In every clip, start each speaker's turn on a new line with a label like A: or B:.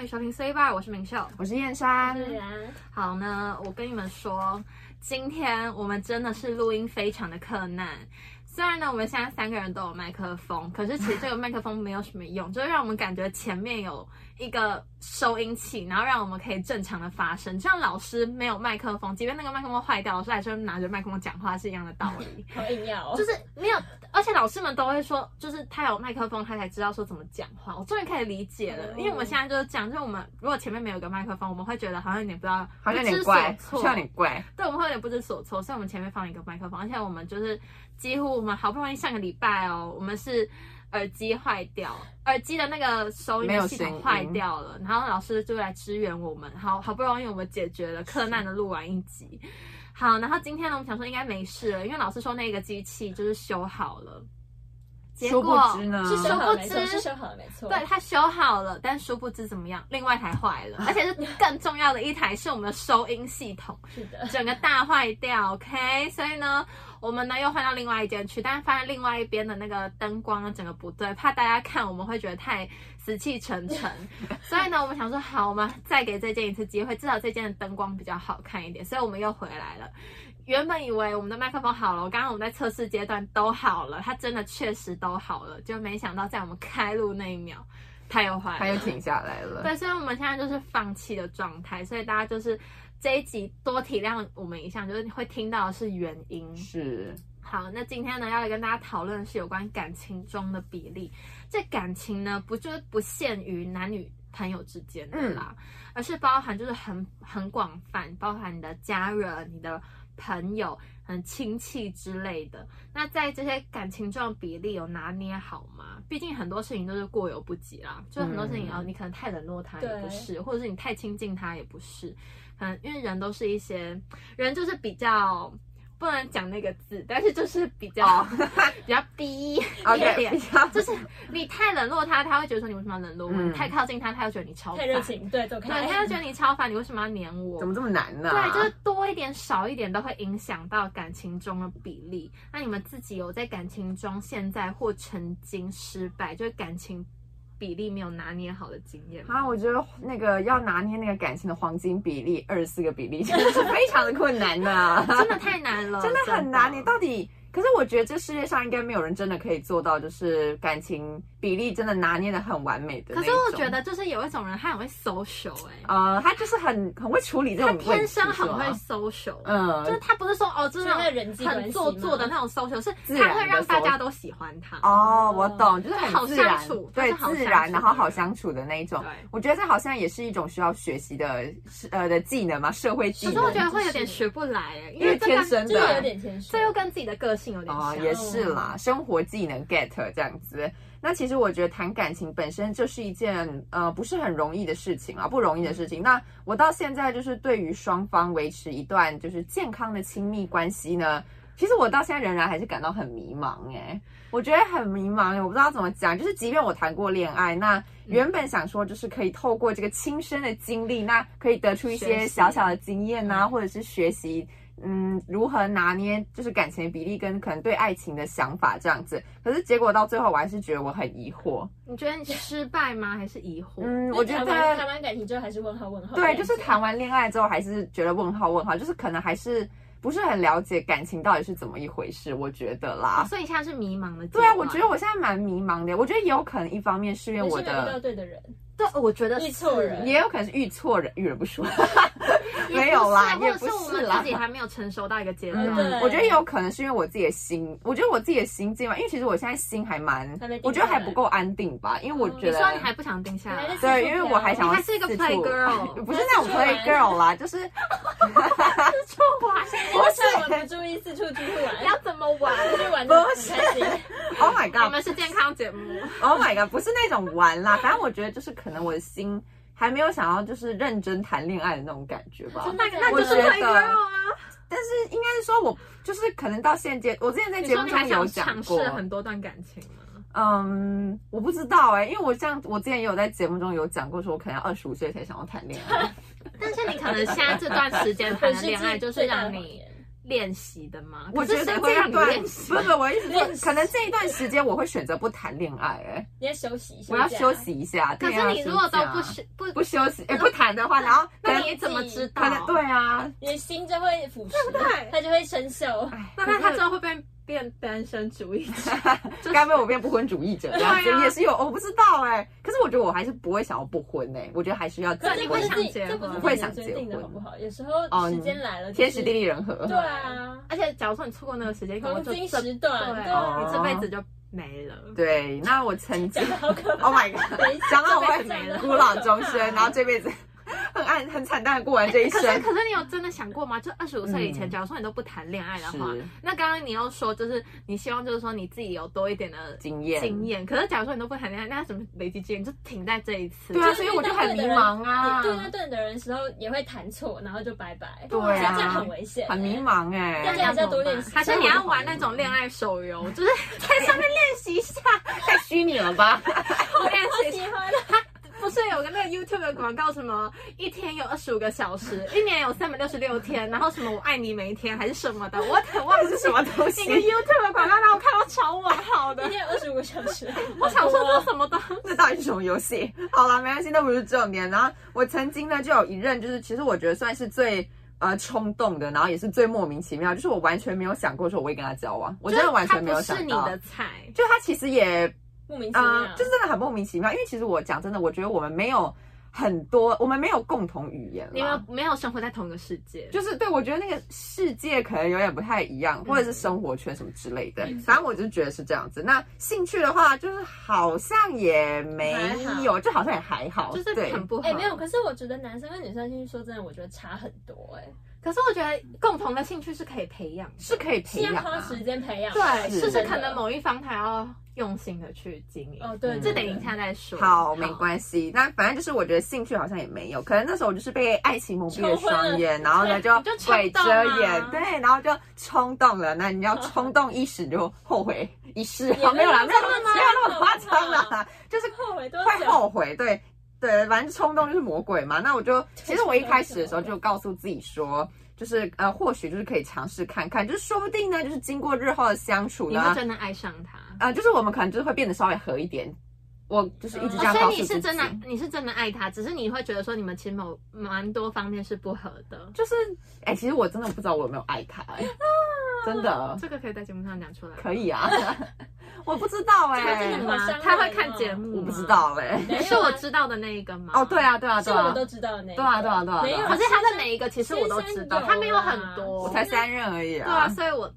A: 迎收听 C Bar，我是明秀。
B: 我是燕山，
A: 好呢，我跟你们说，今天我们真的是录音非常的困难。虽然呢，我们现在三个人都有麦克风，可是其实这个麦克风没有什么用，就是让我们感觉前面有一个收音器，然后让我们可以正常的发声。就像老师没有麦克风，即便那个麦克风坏掉，老师还是拿着麦克风讲话是一样的道理。
C: 好硬要哦
A: 就。是没有，而且老师们都会说，就是他有麦克风，他才知道说怎么讲话。我终于可以理解
B: 哦
A: 了，因为我们现在就是讲，就是我们如果前面没有一个麦克风，我们会觉得好像有点不知道，
B: 好像有
A: 不
B: 点
A: 知
B: 怪，
A: 所
B: 好
A: 措
B: 像有点怪。
A: 对，我们会有点不知所措，所以我们前面放一个麦克风，而且我们就是几乎我们好不容易上个礼拜哦，我们是耳机坏掉，耳机的那个收
B: 没有
A: 音系
B: 声
A: 统
B: 音
A: 坏掉了，然后老师就来支援我们，好好不容易我们解决了柯难的录完一集。好，然后今天呢，我们想说应该没事了，因为老师说那个机器就是修好了，结
B: 殊不
A: 果
B: 知呢
A: 是
C: 修
A: 殊
C: 好
A: 不
C: 了没错，是
A: 知
C: 修好了没错。
A: 对，他修好了，但殊不知怎么样，另外一台坏了，而且是更重要的一台是我们的收音系统。
C: 是的，
A: 整个大坏掉，OK，所以呢，我们呢又换到另外一间去，但是发现另外一边的那个灯光呢整个不对，怕大家看我们会觉得太死气沉沉，所以呢，我们想说好，我们再给这件一次机会，至少这件的灯光比较好看一点，所以我们又回来了。原本以为我们的麦克风好了，刚刚我们在测试阶段都好了，它真的确实都好了，就没想到在我们开录那一秒，它又坏了，
B: 他又停下来了。
A: 对，所以我们现在就是放弃的状态，所以大家就是这一集多体谅我们一下，就是会听到的是原因。
B: 是，
A: 好，那今天呢要来跟大家讨论的是有关感情中的比例。这感情呢，不就是不限于男女朋友之间的啦，而是包含就是很很广泛，包含你的家人、你的朋友、嗯亲戚之类的。那在这些感情中的比例有拿捏好吗？毕竟很多事情都是过犹不及啦，就是很多事情
B: 嗯
A: 啊、哦你可能太冷落他也不
C: 对
A: 是，或者是你太亲近他也不是，可能因为人都是一些人就是比较。不能讲那个字，但是就是比较、
B: 哦
A: 比较低一
B: OK，
A: 点
B: 比较
A: 就是你太冷落他，他会觉得说你为什么要冷落我？
B: 嗯
A: 你太靠近他，他又觉得你超烦。
C: 太热情，对，走开。
A: 对，他又觉得你超烦，你为什么要黏我
B: 哎怎？么这么难呢？
A: 对，就是多一点、少一点都会影响到感情中的比例。那你们自己有在感情中现在或曾经失败，就是感情比例没有拿捏好的经验吗？
B: 啊，我觉得那个要拿捏那个感情的黄金比例，二十四 个比例，真的是非常的困难呢。
A: 真的太难了，
B: 真的很难。你到底，可是我觉得这世界上应该没有人真的可以做到，就是感情比例真的拿捏的很完美的
A: 可
B: 那一
A: 是
B: 种。
A: 我觉得就是有一种人，他很会 social 哎、
B: 呃，他就是很很会处理这
A: 他
B: 种问题，
A: 天生很
B: 是
A: 会
B: 吗
A: social，、
B: 嗯，
A: 就是他不是说哦，就是
C: 就是那
A: 那
C: 个人际
A: 种
C: 关系
A: 很做
C: 吗
A: 作的那种 social，是
B: 自
A: 他
B: 然
A: 会
B: 的
A: 让大
B: social
A: 家都喜欢他。
B: 哦，我
C: 嗯
B: 懂，就是
A: 好
B: 很自
A: 相
B: 然，
A: 处
B: 对，
A: 就是好
B: 自
A: 相
B: 然，
A: 处
B: 然后好相处的那一种
A: 对。
B: 我觉得这好像也是一种需要学习的，是呃的技能嘛，社会技
A: 可
B: 能。
A: 是我觉得会有点学不来、欸，因
B: 因为
A: 这个
B: 天生
C: 就是有
B: 的，
C: 点谦虚。
A: 这又跟自己的个性有点
B: 哦
A: 像，，嗯
B: 也是啦，生活技能 get 这样子。那其实我觉得谈感情本身就是一件呃不是很容易的事情啦，不容易的事
A: 嗯
B: 情。那我到现在就是对于双方维持一段就是健康的亲密关系呢，其实我到现在仍然还是感到很迷茫诶、我觉得很迷茫、欸，我不知道怎么讲。就是即便我谈过恋爱，
A: 嗯
B: 那原本想说就是可以透过这个亲身的经历，那可以得出一
A: 学
B: 些
A: 习
B: 小小的经验呐、
A: 嗯
B: 或者是学习。嗯，如何拿捏就是感情的比例跟可能对爱情的想法这样子，可是结果到最后我还是觉得我很疑惑。
A: 你觉得你失败吗？还是疑惑？
B: 嗯，
C: 就是
B: 我觉
C: 台湾
B: 得
C: 台湾感情就还是问号问号。
B: 对，就是谈完恋爱之后还是觉得问号问号，就是可能还是不是很了解感情到底是怎么一回事，我觉得
A: 哦
B: 啦。
A: 所以你现在是迷茫的阶段。
B: 对啊，我觉得我现在蛮迷茫的。我觉得也有可能一方面是因为
C: 你
B: 我
C: 是没有遇到
B: 的，
C: 对的人，
A: 对，我觉得
C: 遇
A: 是
C: 错人
B: 也有可能是遇错人，遇人不淑。
A: 也不
B: 没有 啦
A: 是或者
B: 也不
A: 是我
B: 是
A: 们
B: 啦
A: 自己还没有成熟到一个阶段。
C: 对
B: 嗯我觉得也有可能是因为我自己的心，我觉得我自己的心境吧，因为其实我现在心还蛮
C: 还没定，
B: 我觉得还不够安定吧，因为我觉
A: 嗯你
B: 得。
A: 说你还不想定下
C: 你还
A: 来
C: 在，
B: 对，因为我还想要
A: 你还是一个
B: 四处
A: play girl
B: 不是那种 play girl 啦，就是
A: 出玩，
C: 我趁我不注意四处出去玩，
A: 要怎么玩？
C: 出去玩的很开心。
B: Oh my
A: 我
B: god，Oh
A: 们是健康节目，
B: my god，不是那种玩啦，反正我觉得就是可能我的心还没有想要就是认真谈恋爱的那种感觉吧。
C: 真的
A: 那那你
B: 我
A: 就是
B: 觉得
A: play girl 啊。
B: 但是应该是说我就是可能到现阶，我之前在
A: 你
B: 节
A: 说
B: 目
A: 你
B: 上
A: 还
B: 有
A: 想
B: 讲
A: 尝
B: 过
A: 试，很多段感情吗？
B: 嗯，我不知道哎、因为我像我之前也有在节目中有讲过，说我可能二十 五岁才想要谈恋爱。
A: 但是你可能现在这段时间谈
C: 本
A: 的
C: 世
A: 恋爱，
C: 纪
A: 就是
C: 最大
A: 让
C: 的谎
A: 你
C: 言
A: 练习的吗？
B: 我觉
A: 可是
B: 得
A: 谁
B: 这
A: 会让
B: 一
A: 你
B: 段
A: 练习
B: 不？是我一直
C: 练习
B: 可能这一段时间我会选择不谈恋爱、哎，
C: 你要休息一下，
B: 我要休。息一下。
A: 可
B: 对啊
A: 是你如果都不
B: 休 息
A: 是不
B: 啊不休息，哎、不谈的话，然后
A: 那
B: 可
A: 你
B: 能
A: 怎么知道
B: 可？能对啊，
C: 你的心就会腐蚀，
A: 对
C: 它就会生锈。
B: 哎，
A: 那那他之后会变变单身主 义者？就是
B: 该不会我变不婚主义者这样子、
A: 对啊
B: 也是有，我不知道哎、可是我觉得我还是不会想要不婚哎、我觉得还是要结
C: 可是这不
B: 婚
C: 是。自己，
A: 结婚
C: 这不是
B: 不会
C: 自己
B: 想
C: 决
B: 结
C: 定的
B: 婚
C: 好不好？有时候
B: 哦
C: 时
B: 你
C: 间来了，
B: 天时地利人
C: 就
B: 和
C: 是。对啊，
A: 而且假如说你错过那个时间，可能
C: 黄
A: 就
C: 金
A: 这
C: 时
A: 对，哦
C: 段，对啊，
A: 你这辈子就没了。
B: 对，那我曾经
C: 讲的好可怕。
B: ，Oh my god，
C: 等一下
B: 讲到我
C: 这辈
B: 会
C: 子没了
B: 孤老终生，然后这辈子很暗很惨淡的过完这一
A: 可是
B: 生。
A: 可是你有真的想过吗？就二十五岁以前，
B: 嗯
A: 假如说你都不谈恋爱的话，
B: 是
A: 那刚刚你又说就是你希望就是说你自己有多一点的
B: 经验，
A: 经验，可是假如说你都不谈恋爱，那怎么累积经验？就停在这一次。
B: 对
A: 就
B: 啊，
A: 是
B: 所以我就很迷茫啊，
C: 你对那对的人时候也会弹错，然后就拜拜。
B: 对
C: 这样
B: 啊
C: 很，危险，
B: 很迷。茫哎、
C: 大家还是要多练习
A: 还是你要玩那种恋爱手游，就是在上面练习一下，
B: 太虚拟了吧？
A: 练
C: 我
A: 习一
C: 喜
A: 下。
C: 欢了，
A: 不是有个那个 YouTube 的广告，什么一天有二十五个小时，一年有三百六十六天，然后什么我爱你每一天还是什么的，我很 忘
B: 这
A: 记
B: 是什么东
A: 一
B: 西
A: 个？YouTube 的广告，然后我看到超我好的
C: 一，天有二十五个小时。
A: 我想说这什么东
B: 这到底是什么游戏？好了，没关系，那不是重点。然后我曾经呢，就有一任，就是其实我觉得算是最呃冲动的，然后也是最莫名其妙，就是我完全没有想过说我会跟他交往，我真的完全没有
A: 就是它
B: 想
A: 不是你
B: 到
A: 的。菜，
B: 就他其实也
C: 莫名其
B: 呃
C: 妙，，
B: 就是真的很莫名其妙，因为其实我讲真的，我觉得我们没有很多，我们没有共同语言啦，
A: 你们没有生活在同一个世界。
B: 就是对我觉得那个世界可能有点不太一
A: 嗯
B: 样，或者是生活圈什么之类的。反正我就觉得是这样子。那兴趣的话，就是好像也没有，就好像也还好，
A: 就是
B: 对。
A: 很不合，
C: 哎、没有，可是我觉得男生跟女生兴趣，说真的，我觉得差很多、 哎，
A: 可是我觉得共同的兴趣是可以培养的，
B: 是可以
C: 是
B: 培
C: 要
B: 养、
C: 花
B: 啊，
C: 时间培养，
A: 对，
B: 是
A: 就是
C: 真的
A: 可能某一方他要用心的去经营。
C: 哦，对，
B: 嗯
A: 这
C: 这
A: 等一下再说。
B: 好，没关系。那反正就是我觉得兴趣好像也没有，可能那时候我就是被爱情蒙蔽了双眼，然后呢就
A: 你就冲
B: 鬼
A: 动
B: 遮
A: 啊
B: 眼，对，然后就冲动了。那你要冲动一时就后悔一世，
C: 也
B: 没有啦，
C: 没
B: 没
C: 有
B: 有
C: 那么
A: 啊
B: 没有那么夸张
C: 好不
B: 啦，就是
C: 后悔多
B: 会
C: 久？
B: 后悔，对对，反正冲动就是魔鬼嘛。那我就其实我一开始的时候就告诉自己说，就是呃，或许就是可以尝试看看，就是说不定呢，就是经过日后的相处
A: 你会
B: 呢，
A: 真的爱上他。
B: 呃，就是我们可能就是会变得稍微合一点。我就是一直
C: 哦
B: 这样
A: 嗯
B: 告
A: 所以
B: 诉自
A: 你
B: 己，
A: 是真的，你是真的爱他，只是你会觉得说你们其实某蛮多方面是不合的。
B: 就是哎、其实我真的不知道我有没有爱他、哎，
A: 啊
B: 真的
A: 这个可以在节目上讲出来。
B: 可以啊， 我不知道哎、
C: 这个真的
A: 吗
C: 好伤人哦？
A: 他会看节目吗
B: 我不知。道哎、
C: 没有啊
A: 是我知道的那一个吗？
B: 哦，对。啊，对啊，
C: 是
B: 对
C: 我们
B: 啊，
C: 都知道的那一个，
B: 对啊对啊对啊
C: 没
B: 对
C: 有，
B: 啊
A: 可是他的每一个其实我都知道，
C: 先生有啊
A: 他没有很多。
B: 我才三任而已
A: 对啊，所以我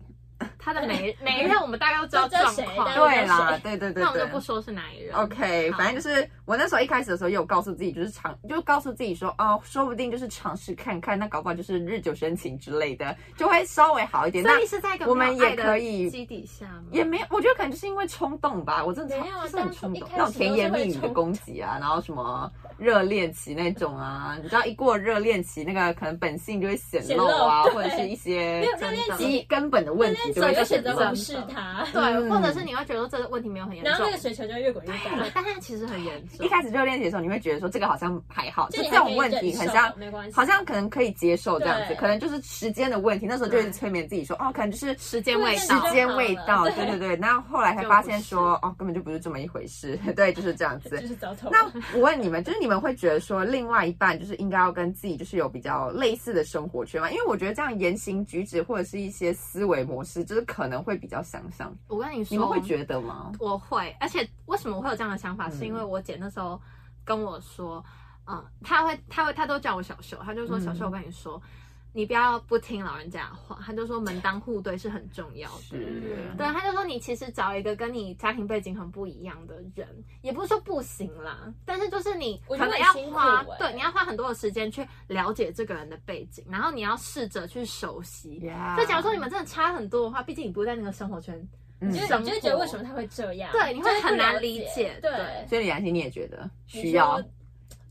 A: 他的 每每一任我们大概都知道状况。
C: 都知道谁
B: 对啦，对对对对，
A: 那我们就不说是哪一任。
B: OK，
A: 好
B: 反正就是我那时候一开始的时候，也有告诉自己，就是尝，就告诉自己说，哦，说不定就是尝试看看，那搞不好就是日久生情之类的，就会稍微好一点。那
A: 所以是在一个
B: 我们
A: 没有爱的
B: 也可以
A: 基底下吗？
B: 也没有，我觉得可能就是因为冲动吧，我真的超
C: 没有啊
B: 就是很冲动，
C: 当
B: 那
C: 时
B: 种甜言蜜语的攻击啊，然后什么热恋期那种啊，你知道一过热恋期，那个可能本性就会显露啊，
C: 显露对
B: 或者是一
C: 没
B: 些
C: 有热恋期，
B: 基根本的问题就
C: 热
B: 会
C: 恋期就
B: 显
C: 选择
B: 露
C: 无。视他，
A: 对，
B: 嗯
A: 或者是你会觉得这个问题没有很严
C: 然后
A: 重
C: 那个，水球就越滚越大
A: 对。但它其实很严重
B: 一。开始热恋期的时候，你会觉得说这个好像还好，就
C: 你
B: 这
C: 还可以
B: 种问题
C: 忍
B: 很
C: 受
B: 像
C: 没关系，
B: 好像可能可以接受这样子，
C: 对
B: 可能就是时间的问题。那时候就一直
A: 对
B: 催眠自己说，哦，可能就是时
A: 时间未
C: 时
A: 到，
B: 间未到，
C: 对
B: 对对对。那后来才发现说，哦，根本就不是这么一回事， 对，就是这样
C: 就
B: 子。
C: 是早头。
B: 那我问你们，就是你们会觉得说，另外一半就是应该要跟自己就是有比较类似的生活圈吗？因为我觉得这样言行举止或者是一些思维模式，就是可能会比较相像。
C: 嗯
A: 我跟你说，
B: 你们会觉得吗？
A: 我会，而且为什么我会有这样的想法，
B: 嗯
A: 是因为我姐那时候跟我说，嗯，她会，她会，她都叫我小秀，她就说
B: 嗯
A: 小秀，我跟你说，你不要不听老人家的话，她就说门当户对是很重要的。
B: 是，
A: 对，她就说你其实找一个跟你家庭背景很不一样的人，也不是说不行啦，但是就是你
C: 我
A: 可
C: 觉得
A: 能
C: 很
A: 要
C: 辛苦
A: 花，
C: 欸
A: 对，你要花很多的时间去了解这个人的背景，然后你要试着去熟悉。
B: Yeah
A: 就假如说你们真的差很多的话，毕竟你不在那个生活圈，
B: 嗯
C: 你就你就会觉得为什么他会这样？
A: 对你会
C: 就是不
A: 很难
C: 了
A: 理解对
C: 对，
B: 所以李兰心你也觉得
C: 你
B: 需
C: 说
B: 要，。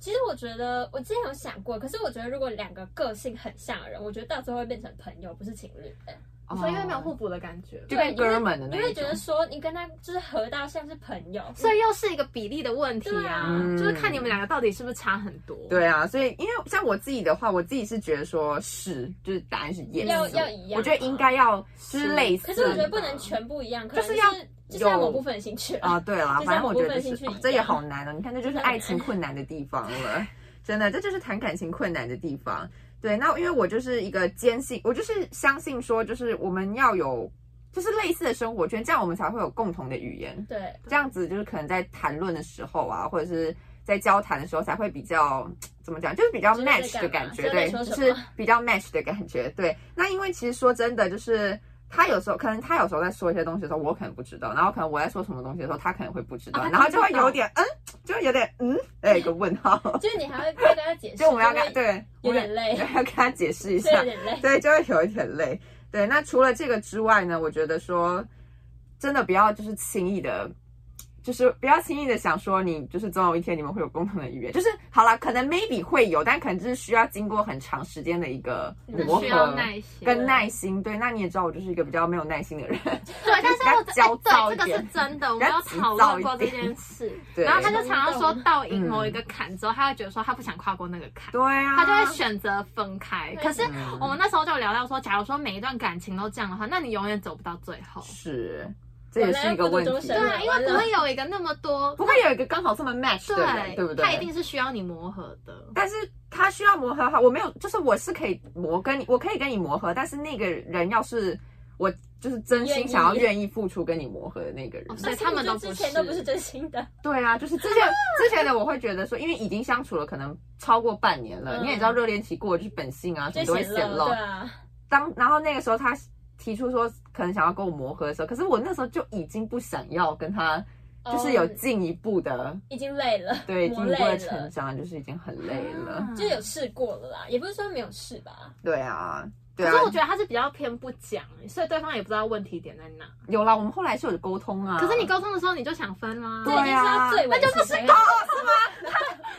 C: 其实我觉得，我之前有想过，可是我觉得如果两个个性很像的人，我觉得到最后会变成朋友，不是情侣。哎
A: 哦所以因为没有互补的感觉，
B: 哦就
C: 对
B: 跟哥们的
C: 你
B: 那
C: 会
B: 一
C: 觉
B: 种。
C: 得说你跟他就是合到像是朋友，嗯
A: 所以又是一个比例的问题
C: 对
A: 啊，
C: 啊
A: 就是看你们两个到底是不是差很多。
B: 嗯对啊，所以因为像我自己的话，我自己是觉得说是，就是答案是 yes，
C: 要要一样
B: 我觉得应该要就是类似，
C: 可是我觉得不能全部一样，可能
B: 就是
C: 是
B: 要
C: 就是要
B: 有
C: 某部分的兴趣
B: 啊，对了，反
C: 就像
B: 正我
C: 某
B: 觉
C: 部
B: 得
C: 分
B: 就
C: 兴
B: 是、
C: 趣
B: 哦
C: 一
B: 这也
C: 样
B: 好难哦。你看，这就是爱情困难的地方了，真的，这就是谈感情困难的地方。对，那因为我就是一个坚信，我就是相信说，就是我们要有就是类似的生活圈，这样我们才会有共同的语言，
C: 对，
B: 这样子就是可能在谈论的时候啊，或者是在交谈的时候才会比较。怎么讲，就是比较
C: 就是在
B: match 的
C: 干
B: 感
C: 嘛
B: 觉，
C: 就是
B: 对，
C: 在说
B: 就
C: 什
B: 是
C: 么
B: 比较 match 的感觉，对。那因为其实说真的，就是他有时候可能他有时候在说一些东西的时候，我可能不知道，然后可能我在说什么东西的时候，他可能会不知道，
A: 啊他
B: 然后
A: 听
B: 就
A: 不
B: 会有
A: 到
B: 点嗯，就会有点嗯，哎，一个问 号，
C: 就是你还会再跟他解释，
B: 就我们要跟
C: 会
B: 对，
C: 有点
B: 我们
C: 累
B: 要跟他解释一
C: 所以
B: 下
C: 有，点累。
B: 对，就会有一点累。对，那除了这个之外呢，我觉得说真的不要就是轻易的，就是不要轻易的想说你就是总有一天你们会有共同的语言，就是好啦，可能 maybe 会有，但可能就是需要经过很长时间的一个
C: 嗯
B: 磨
A: 需要
B: 合。
A: 耐心，
B: 跟耐心，对，那你也知道我就是一个比较没有耐心的人，
A: 对，但是我
B: 比较焦躁
A: 哎对，这
B: 一
A: 个是
B: 点，
A: 真的，我
B: 比
A: 们
B: 较
A: 有
B: 急
A: 讨
B: 躁
A: 论
B: 一
A: 过这
B: 点
A: 件事。
B: 对，
A: 然后他就常常说
C: 冲动
A: 到赢某一个坎之后，他会觉得说他不想跨过那个坎，
B: 对啊，
A: 他就会选择分开。
C: 对
A: 可是
B: 嗯
A: 我们那时候就有聊到说，假如说每一段感情都这样的话，那你永远走不到最后。
B: 是，这也是一个问
C: 本来要过度终
B: 题
C: 身
A: 对，啊，因为不会有一个那么多，
B: 不会有一个刚好这么 match 的人，对不对？
A: 他一定是需要你磨合的。
B: 但是他需要磨合好，我没有，就是我是可以磨跟你，我可以跟你磨合，但是那个人要是我就是真心想要
C: 愿意
B: 愿意付出跟你磨合的那个人，
A: 哦 所以
C: 而且
A: 他们
C: 我
A: 都
C: 觉得
A: 不
C: 之前
A: 是
C: 都不是真心的，
B: 对啊，就是之前之前的我会觉得说，因为已经相处了可能超过半年了，
C: 嗯
B: 你也知道热恋期过了就是本性啊，什
C: 就
B: 么都会
C: 显
B: 显
C: 露，
B: 露
C: 对。啊，
B: 当然后那个时候他提出说可能想要跟我磨合的时候，可是我那时候就已经不想要跟他。就是有
C: 哦
B: 进一步的
C: 已经累了，
B: 对进
C: 磨
B: 一步
C: 累
B: 的
C: 了，
B: 成长，就是已经很累了。
A: 嗯
C: 就有试过了啦，也不是说没有试吧，
B: 对啊，对
A: 可
B: 啊。
A: 是我觉得他是比较偏不讲，所以对方也不知道问题点在哪。
B: 有啦，我们后来是有沟通啊。
A: 可是你沟通的时候你就想分啦，
B: 对
C: 这已经是
B: 啊
C: 他最那就不是
B: 哦，是吗？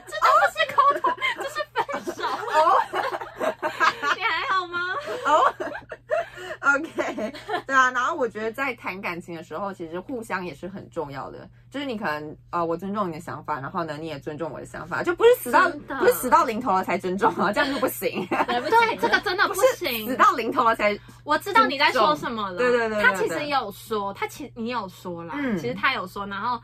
A: 这就不是沟通，这是分手。
B: 哦
A: 你还好吗？
B: 哦，OK，对啊。然后我觉得在谈感情的时候，其实互相也是很重要的。就是你可能呃，我尊重你的想法，然后呢，你也尊重我的想法，就不是死到
A: 真的
B: 不是死到临头了才尊重啊，这样就不行。
C: 来不及
A: 对，
C: 了
A: 这个真的不
B: 死
A: 行。
B: 到临头了才
A: 我知道你在说什么了。
B: 对对对对
A: 他其实有说，他其你有说啦，
B: 嗯
A: 其实他有说，然后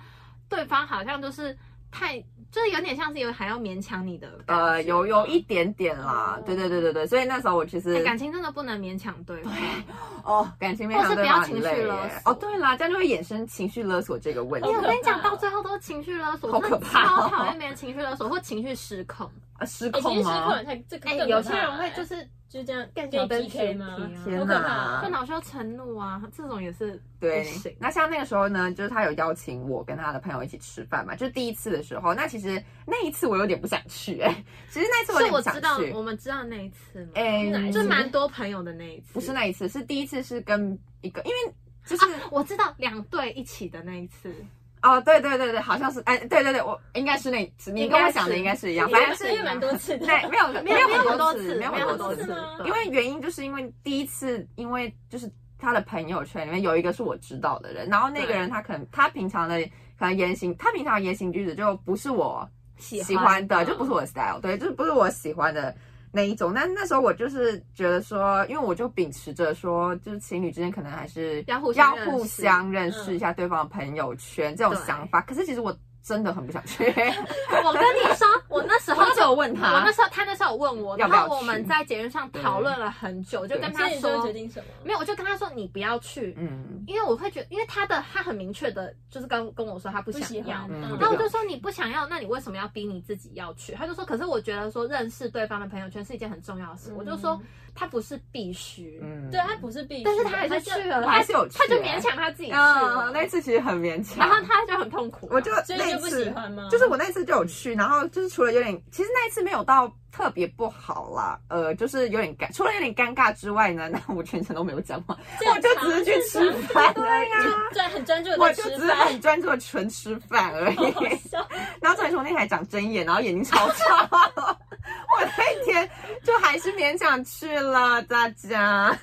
A: 对方好像就是太，就是有点像是有还要勉强你的感觉
B: 呃有有一点点啦
C: 哦。
B: 对对对对对，所以那时候我其
A: 哎
B: 实
A: 感情真的不能勉强对方。
B: 哦感情非常
A: 或是
B: 对
A: 不要
B: 方很
A: 情绪
B: 累
A: 勒
B: 耶
A: 索
B: 哦，对啦，这样就会衍生情绪勒索这个问题
A: 哎、
C: 好
A: 我
C: 可
A: 跟你讲，
C: 怕哦
A: 到最后都是情绪勒索，
B: 好可怕哦
A: 我真的超讨厌别人情绪勒索或情绪失控。
B: 啊，失
C: 已经
B: 控
C: 失控
B: 吗
C: 了，？他这个
A: 哎、
C: 更可怕
A: 有些人会就是
C: 就这样
A: 更
C: 可以
A: 挑灯
C: PK
A: 选
C: 吗
A: 题啊？
B: 天
C: 好可
B: 哪
C: 怕！
A: 更恼羞成怒啊，这种也是
B: 对
A: 不行，
B: 那像那个时候呢，就是他有邀请我跟他的朋友一起吃饭嘛，就是第一次的时候。那其实那一次我有点不想去、哎，其实那一次
A: 是
B: 有点
A: 我知
B: 不想
A: 道
B: 去。
A: 我们知道那一次吗？
B: 哎、
C: 哪一
A: 就
C: 次
A: 蛮多朋友的那一次，
B: 不是那一次，是第一次是跟一个，因为就是、
A: 我知道两队一起的那一次，
B: 哦，对对对对，好像是，哎，对对对，我应该是那，你
A: 应
B: 跟
A: 该
B: 我
A: 是
B: 想的应该是一样，
C: 因
B: 反
C: 为
B: 正是
C: 因为蛮多次 的，
B: 对，没有
A: 没有
B: 有很
A: 很
B: 多
A: 次，
B: 没有
A: 没有很
B: 很多
A: 多
B: 次
C: 次，吗
A: 对
B: 因为原因就是因为第一次，因为就是他的朋友圈里面有一个是我知道的人，然后那个人他可能他平常的可能言行，他平常的言行举止就不是我
A: 喜
B: 喜欢
A: 嗯
B: 的，就不是我的 style，对，就是不是我喜欢的。那一种，那那时候我就是觉得说，因为我就秉持着说，就是情侣之间可能还是
A: 要互
B: 要
A: 相认识
B: 互相认识一下对方的朋友圈、这种
A: 对
B: 想法。可是其实我真的很不想 去，
A: 我跟你说，我那时
B: 我
A: 候
B: 那时
A: 就
B: 候问他，
A: 我那时候他那时候有问我，
B: 要
A: 然
B: 不要
A: 后我
B: 去
A: 们在节目上讨论了很久，就
B: 对
A: 跟
C: 所
A: 他
C: 以你最后
A: 说嗯
C: 决，定什么？
A: 没有，我就跟他说你不要去，
B: 嗯，
A: 因为我会觉得，因为他的他很明确的，就是跟跟我说他不
C: 不喜
A: 想要
C: 欢，。
B: 嗯
C: 嗯
A: 然后我就说你不想要，那你为什么要逼你自己要去？他就说，可是我觉得说认识对方的朋友圈是一件很重要的事。我就
C: 嗯
A: 说他不是必须，
B: 嗯，
C: 对他不是必须的，
A: 但是他还是
C: 他
A: 去了，
B: 我还是有去
A: 他就
B: 欸
A: 勉强他自己去
B: 嗯，
A: 了，
B: 那次其实很勉强。
A: 然后他就很痛苦啊。
B: 我就
C: 所以
B: 那
C: 你
B: 一
C: 哦就不喜
B: 次，
C: 欢嗯吗？
B: 就是我那次就有去，然后就是除了有点，其实那一次没有到特别不好啦，呃，就是有点尴，除了有点尴尬之外呢，那我全程都没有讲话，
C: 正
B: 我就只是去吃饭而已，
C: 专啊很专注
B: 我
C: 的
B: 就
C: 吃
B: 只是
C: 饭，
B: 很专注的纯吃饭而 已。
C: 好好笑。
B: 然后重点是我那天还长针眼，然后眼睛超差，我那一天就还是勉强去了，大家。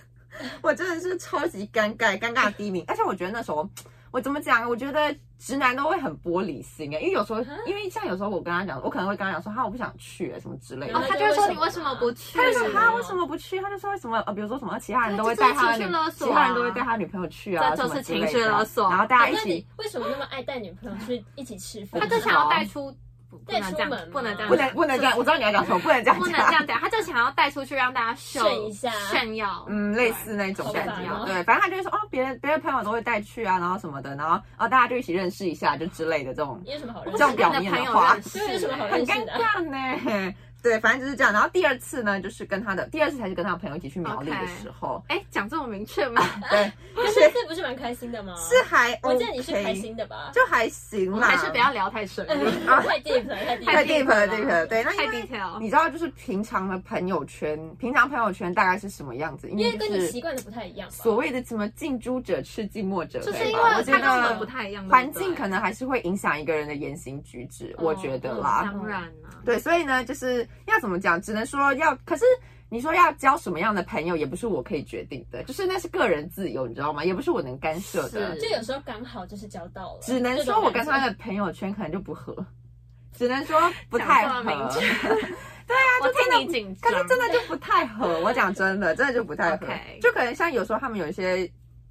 B: 我真的是超级尴尬，尴尬第一名。而且我觉得那时候，我怎么讲？我觉得直男都会很玻璃心哎、因为有时候，
A: 嗯
B: 因为像有时候我跟他讲，我可能会跟他讲说，哈，我不想去、欸什么之类的。
A: 哦，他就会说你为什么不去？
B: 他就说
C: 是
B: 他为什么不去？他就说为什么？呃，比如说什么，其他人都会带他的女
A: 这就是情绪勒，索啊
B: 其他人都会带他女朋友去
A: 这
B: 啊，
A: 就是
B: 什么之类的
A: 情绪勒索
B: 然后大家一
C: 那你
B: 起，
C: 为什么那么爱带女朋友去一起吃饭？
A: 他就想要带出，不不
C: 带
A: 能
C: 出
A: 这样
C: 门吗，
A: 不能这样，
B: 不能不能这样。我知道你要讲什么，不能这样
A: 不能
B: 讲
A: 这样讲，他就想要带出去让大家秀
C: 炫一下
A: 炫耀。
B: 嗯，类似那种感
C: 对
B: 觉吧，
C: 好啊
B: 对，反正他就会说，哦，别人别的朋友都会带去啊，然后什么的，然后哦，大家就一起认识一下，就之类的这种，
C: 有什么好
A: 不
C: 认识
B: 这
A: 想
B: 样
A: 跟
B: 表
A: 你的
B: 面
A: 朋
B: 的
A: 友
B: 话
A: 认识
C: 对有什么好
A: 欸
B: 很
C: 认识
B: 尴
C: 的
B: 尬呢。 对，反正就是这样。然后第二次呢，就是跟他的第二次才是跟他朋友一起去苗栗的
A: OK
B: 时候
A: 哎，讲这么明确吗？
B: 对，
C: 可是这不是蛮开心的吗？
B: 是还
C: 啊我记得你是开
B: OK，
C: 心的吧？
B: 就还行
A: 我
B: 啦，
A: 还是不要聊太深入。
C: 啊太 deep 了，太 deep
B: 太
A: 太
C: 了。
B: deep
A: deep
B: 了
A: 了
B: ，deep 了。对，那
A: 太
B: 因为
A: detail
B: 你知道，就是平常的朋友圈，平常朋友圈大概是什么样子？因
C: 因为
B: 就
C: 跟你
B: 是
C: 习惯的不太一样吧。
B: 所谓的什么近朱者赤，近墨者黑
A: 就
B: 吧。
A: 是因
B: 我
A: 为
B: 觉
A: 他跟我们
B: 得
A: 不太一样，
B: 环境可
A: 能
B: 能还是会影响一个人的言行举止，
C: 哦
B: 我觉
A: 嗯
B: 得
C: 啊
B: 啦。
A: 当然啦，
B: 对，所以呢，就是要怎么讲，只能说要，可是。你说要交什么样的朋友，也不是我可以决定的，就是那是个人自由，你知道吗？也不是我能干涉的
A: 是，
C: 就有时候刚好就是交到了，
B: 只能说我跟他
C: 的
B: 的朋友圈可能就不合，只能说不太
A: 讲这么。
B: 合
A: 明确我
B: 就真的
A: 替你紧
B: 可
A: 张，
B: 是真的就不太合，我讲真的，真的就不太合
A: OK
B: 就可能像有时候他们有一些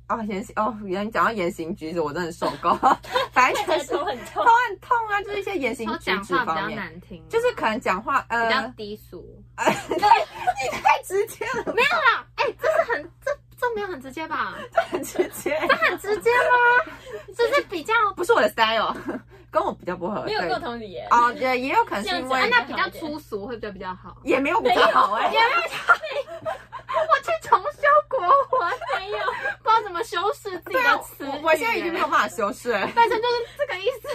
B: 哦言行哦，原来讲到言行举止，我真的受够， 反正就是
C: 头很痛
B: 头。很痛啊，就是一些言行
A: 说
B: 举
A: 讲
B: 止
A: 话比
B: 方
A: 较
B: 面，
A: 难听，
B: 就是可能讲话
A: 比较
B: 呃
A: 低俗。
B: 太直接了，
A: 没有啦，哎，这是很这这没有很直接吧？
B: 很直接，
A: 很直接 吗？这是比较
B: 不是我的 style，跟哦 我比较不合，
C: 没有
B: 对
C: 共同语言，
B: 哦，也也有可能是因
C: 这
A: 啊，
B: 为
C: 样子
A: 那比较粗俗会不会比较好？
B: 也没有比较好哎、
A: 我去重修 国文，
C: 没有，
A: 不知道怎么修饰自己
B: 对啊
A: 的词语
B: 我我现在已经没有，办法修饰了，
A: 但是就是这个意思。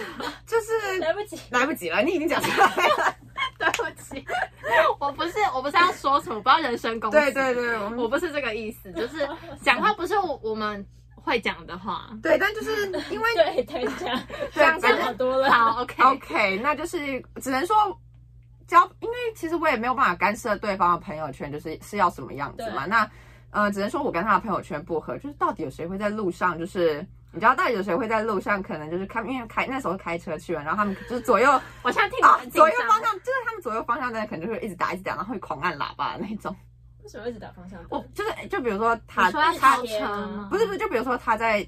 B: 就是
C: 来不及。
B: 来不及了，你已经讲出来了，
A: 对不起，我不是我不是要说什么，不要人身攻击。
B: 对对对，我们
A: 我不是这个意思，就是讲话不是我我们会讲的话。
B: 对，但就是因为
C: 对，对，这样
B: 对
A: 讲
B: 反
C: 这样
B: 正
C: 好多了。
A: 好，OK，
B: OK，那就是只能说交，因为其实我也没有办法干涉对方的朋友圈，就是是要什么样子嘛。那呃，只能说我跟他的朋友圈不合，就是到底有谁会在路上，就是你知道，到底有谁会在路上，可能就是看，因为开那时候开车去了，然后他们就是 左右啊，
A: 我现在听得很紧
B: 左右
A: 张
B: 方。向，就是他们左右方向的人可能就会一直打，一直打，然后会狂按喇叭的那 种。
C: 为什么一直打方向
B: 我
C: 灯？
B: 就是就比如说他
A: 你说要
B: 他
A: 超车吗？
B: 不是不是，就比如说他在。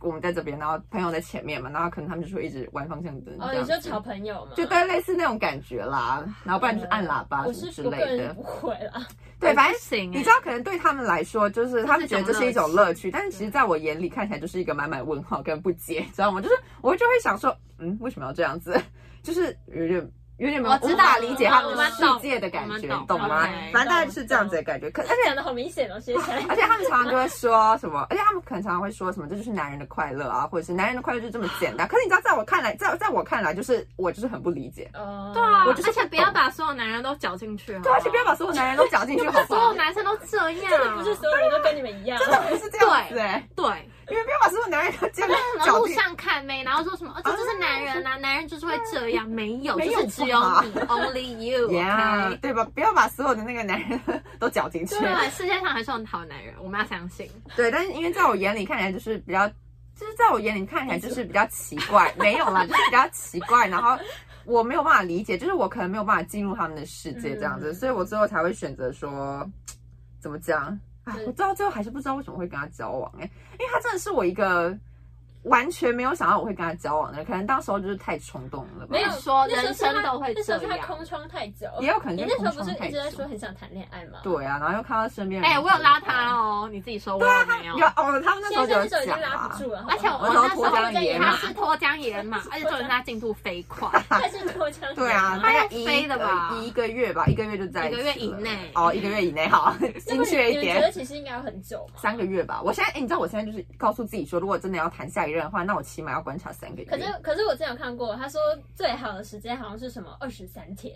B: 我们在这边，然后朋友在前面嘛，然后可能他们就会一直玩方向灯。嗯
C: 哦，
B: 这样
C: 你说
B: 子
C: 吵朋友吗？
B: 就对，类似那种感觉啦。然后不然就是按喇叭
C: 嗯我
B: 什么
C: 是
B: 之
C: 我个
B: 类
C: 人是
B: 的。
C: 不会啦，
B: 对，反正
A: 正
B: 你知道，可能对他们来说，就是他们觉得这是一种乐趣，但是
A: 趣
B: 其实在我眼里看起来就是一个满满问号跟不解，知道吗？就是我就会想说，嗯，为什么要这样子？ 就是有点。有点没有
A: 我知
B: 无法
A: 道
B: 理解他们
C: 我
B: 的
C: 们
B: 世
A: 懂
B: 界的感
A: 我们
B: 觉，
A: 懂
B: 懂吗
A: OK，？
B: 反正大概是这样子的感觉。可而且
C: 讲的好明显哦，谢谢。
B: 而且他们常常就会说什么，而且他们可能常常会说什么，这就是男人的快乐啊，或者是男人的快乐就这么简单。可是你知道，在我看来，在在我看来，就是我就是很不理解。
C: 哦，
A: 对啊，
B: 我
A: 而
B: 就是
A: 且不要把所有男人都搅进去。
B: 对，
A: 对
B: 而且不要把所有男人都搅进去，好不
A: 所
B: 好
A: 有？男生都这
C: 真的
A: 样，
C: 不是所有人都跟你们一样。哦
B: 真的不是这样子哎、
A: 对。
B: 你们不要把所有男人都这样
A: 什么
B: 搅
A: 路
B: 进。
A: 上看妹，然后说什么，哦，这就是男人啊，男人就是会这样，没有，
B: 没有
A: 就是只有
B: 吧
A: 你，Only you，OK。
B: 呀对吧？不要把所有的那个男人都搅进去。
A: 对，啊世界上还是有好男人，我们要相信。
B: 对，但是因为在我眼里看起来就是比较，就是在我眼里看起来就是比较奇怪，没有啦，就是比较奇怪，然后我没有办法理解，就是我可能没有办法进入他们的世界这样子，
C: 嗯
B: 所以我最后才会选择说，怎么讲？哎，
C: 对
B: 我到最后还是不知道为什么会跟他交往哎、因为他真的是我一个完全没有想到我会跟他交往的人，可能当时候就是太冲动了吧，
C: 没有
A: 说
C: 那时候
A: 人
C: 是他
A: 生都会
C: 那时候是
A: 这
C: 他
A: 样。
C: 空窗太久，
B: 也有可能
C: 你
B: 是
C: 那时
B: 空
C: 候不
B: 窗
C: 是
B: 太
C: 一直在
B: 久
C: 说。很想谈恋爱吗？
B: 对啊，然后又看到身边人，
A: 哎、我有拉他，哦，你自己说我有没有？
B: 有哦，他们那时候就
C: 先生那
B: 有
C: 时候已
B: 讲
C: 经拉
B: 啊
C: 不，住了，好不
A: 而且我
C: 好
A: 我
C: 哦
B: 然后
A: 那时
B: 脱缰
A: 候
B: 野
A: 他
B: 马
A: 是脱缰野马，而且重点是他进度飞快，
C: 他是脱缰，
B: 对啊，大
A: 他
B: 概
A: 要
B: 一
A: 飞的吧
B: 呃一个月吧，一个月就在
A: 一个
B: 起
A: 月
B: 了
A: 以内
B: 哦，一个月以内好，精确一
C: 你们觉得
B: 点，
C: 其实应该要很久嘛？
B: 三个月吧。我现在，哎，你知道我现在就是告诉自己说，如果真的要谈下一任的话，那我起码要观察三个月。
C: 可是可是我之前有看过，他说最好的时间好像是什么二十三天，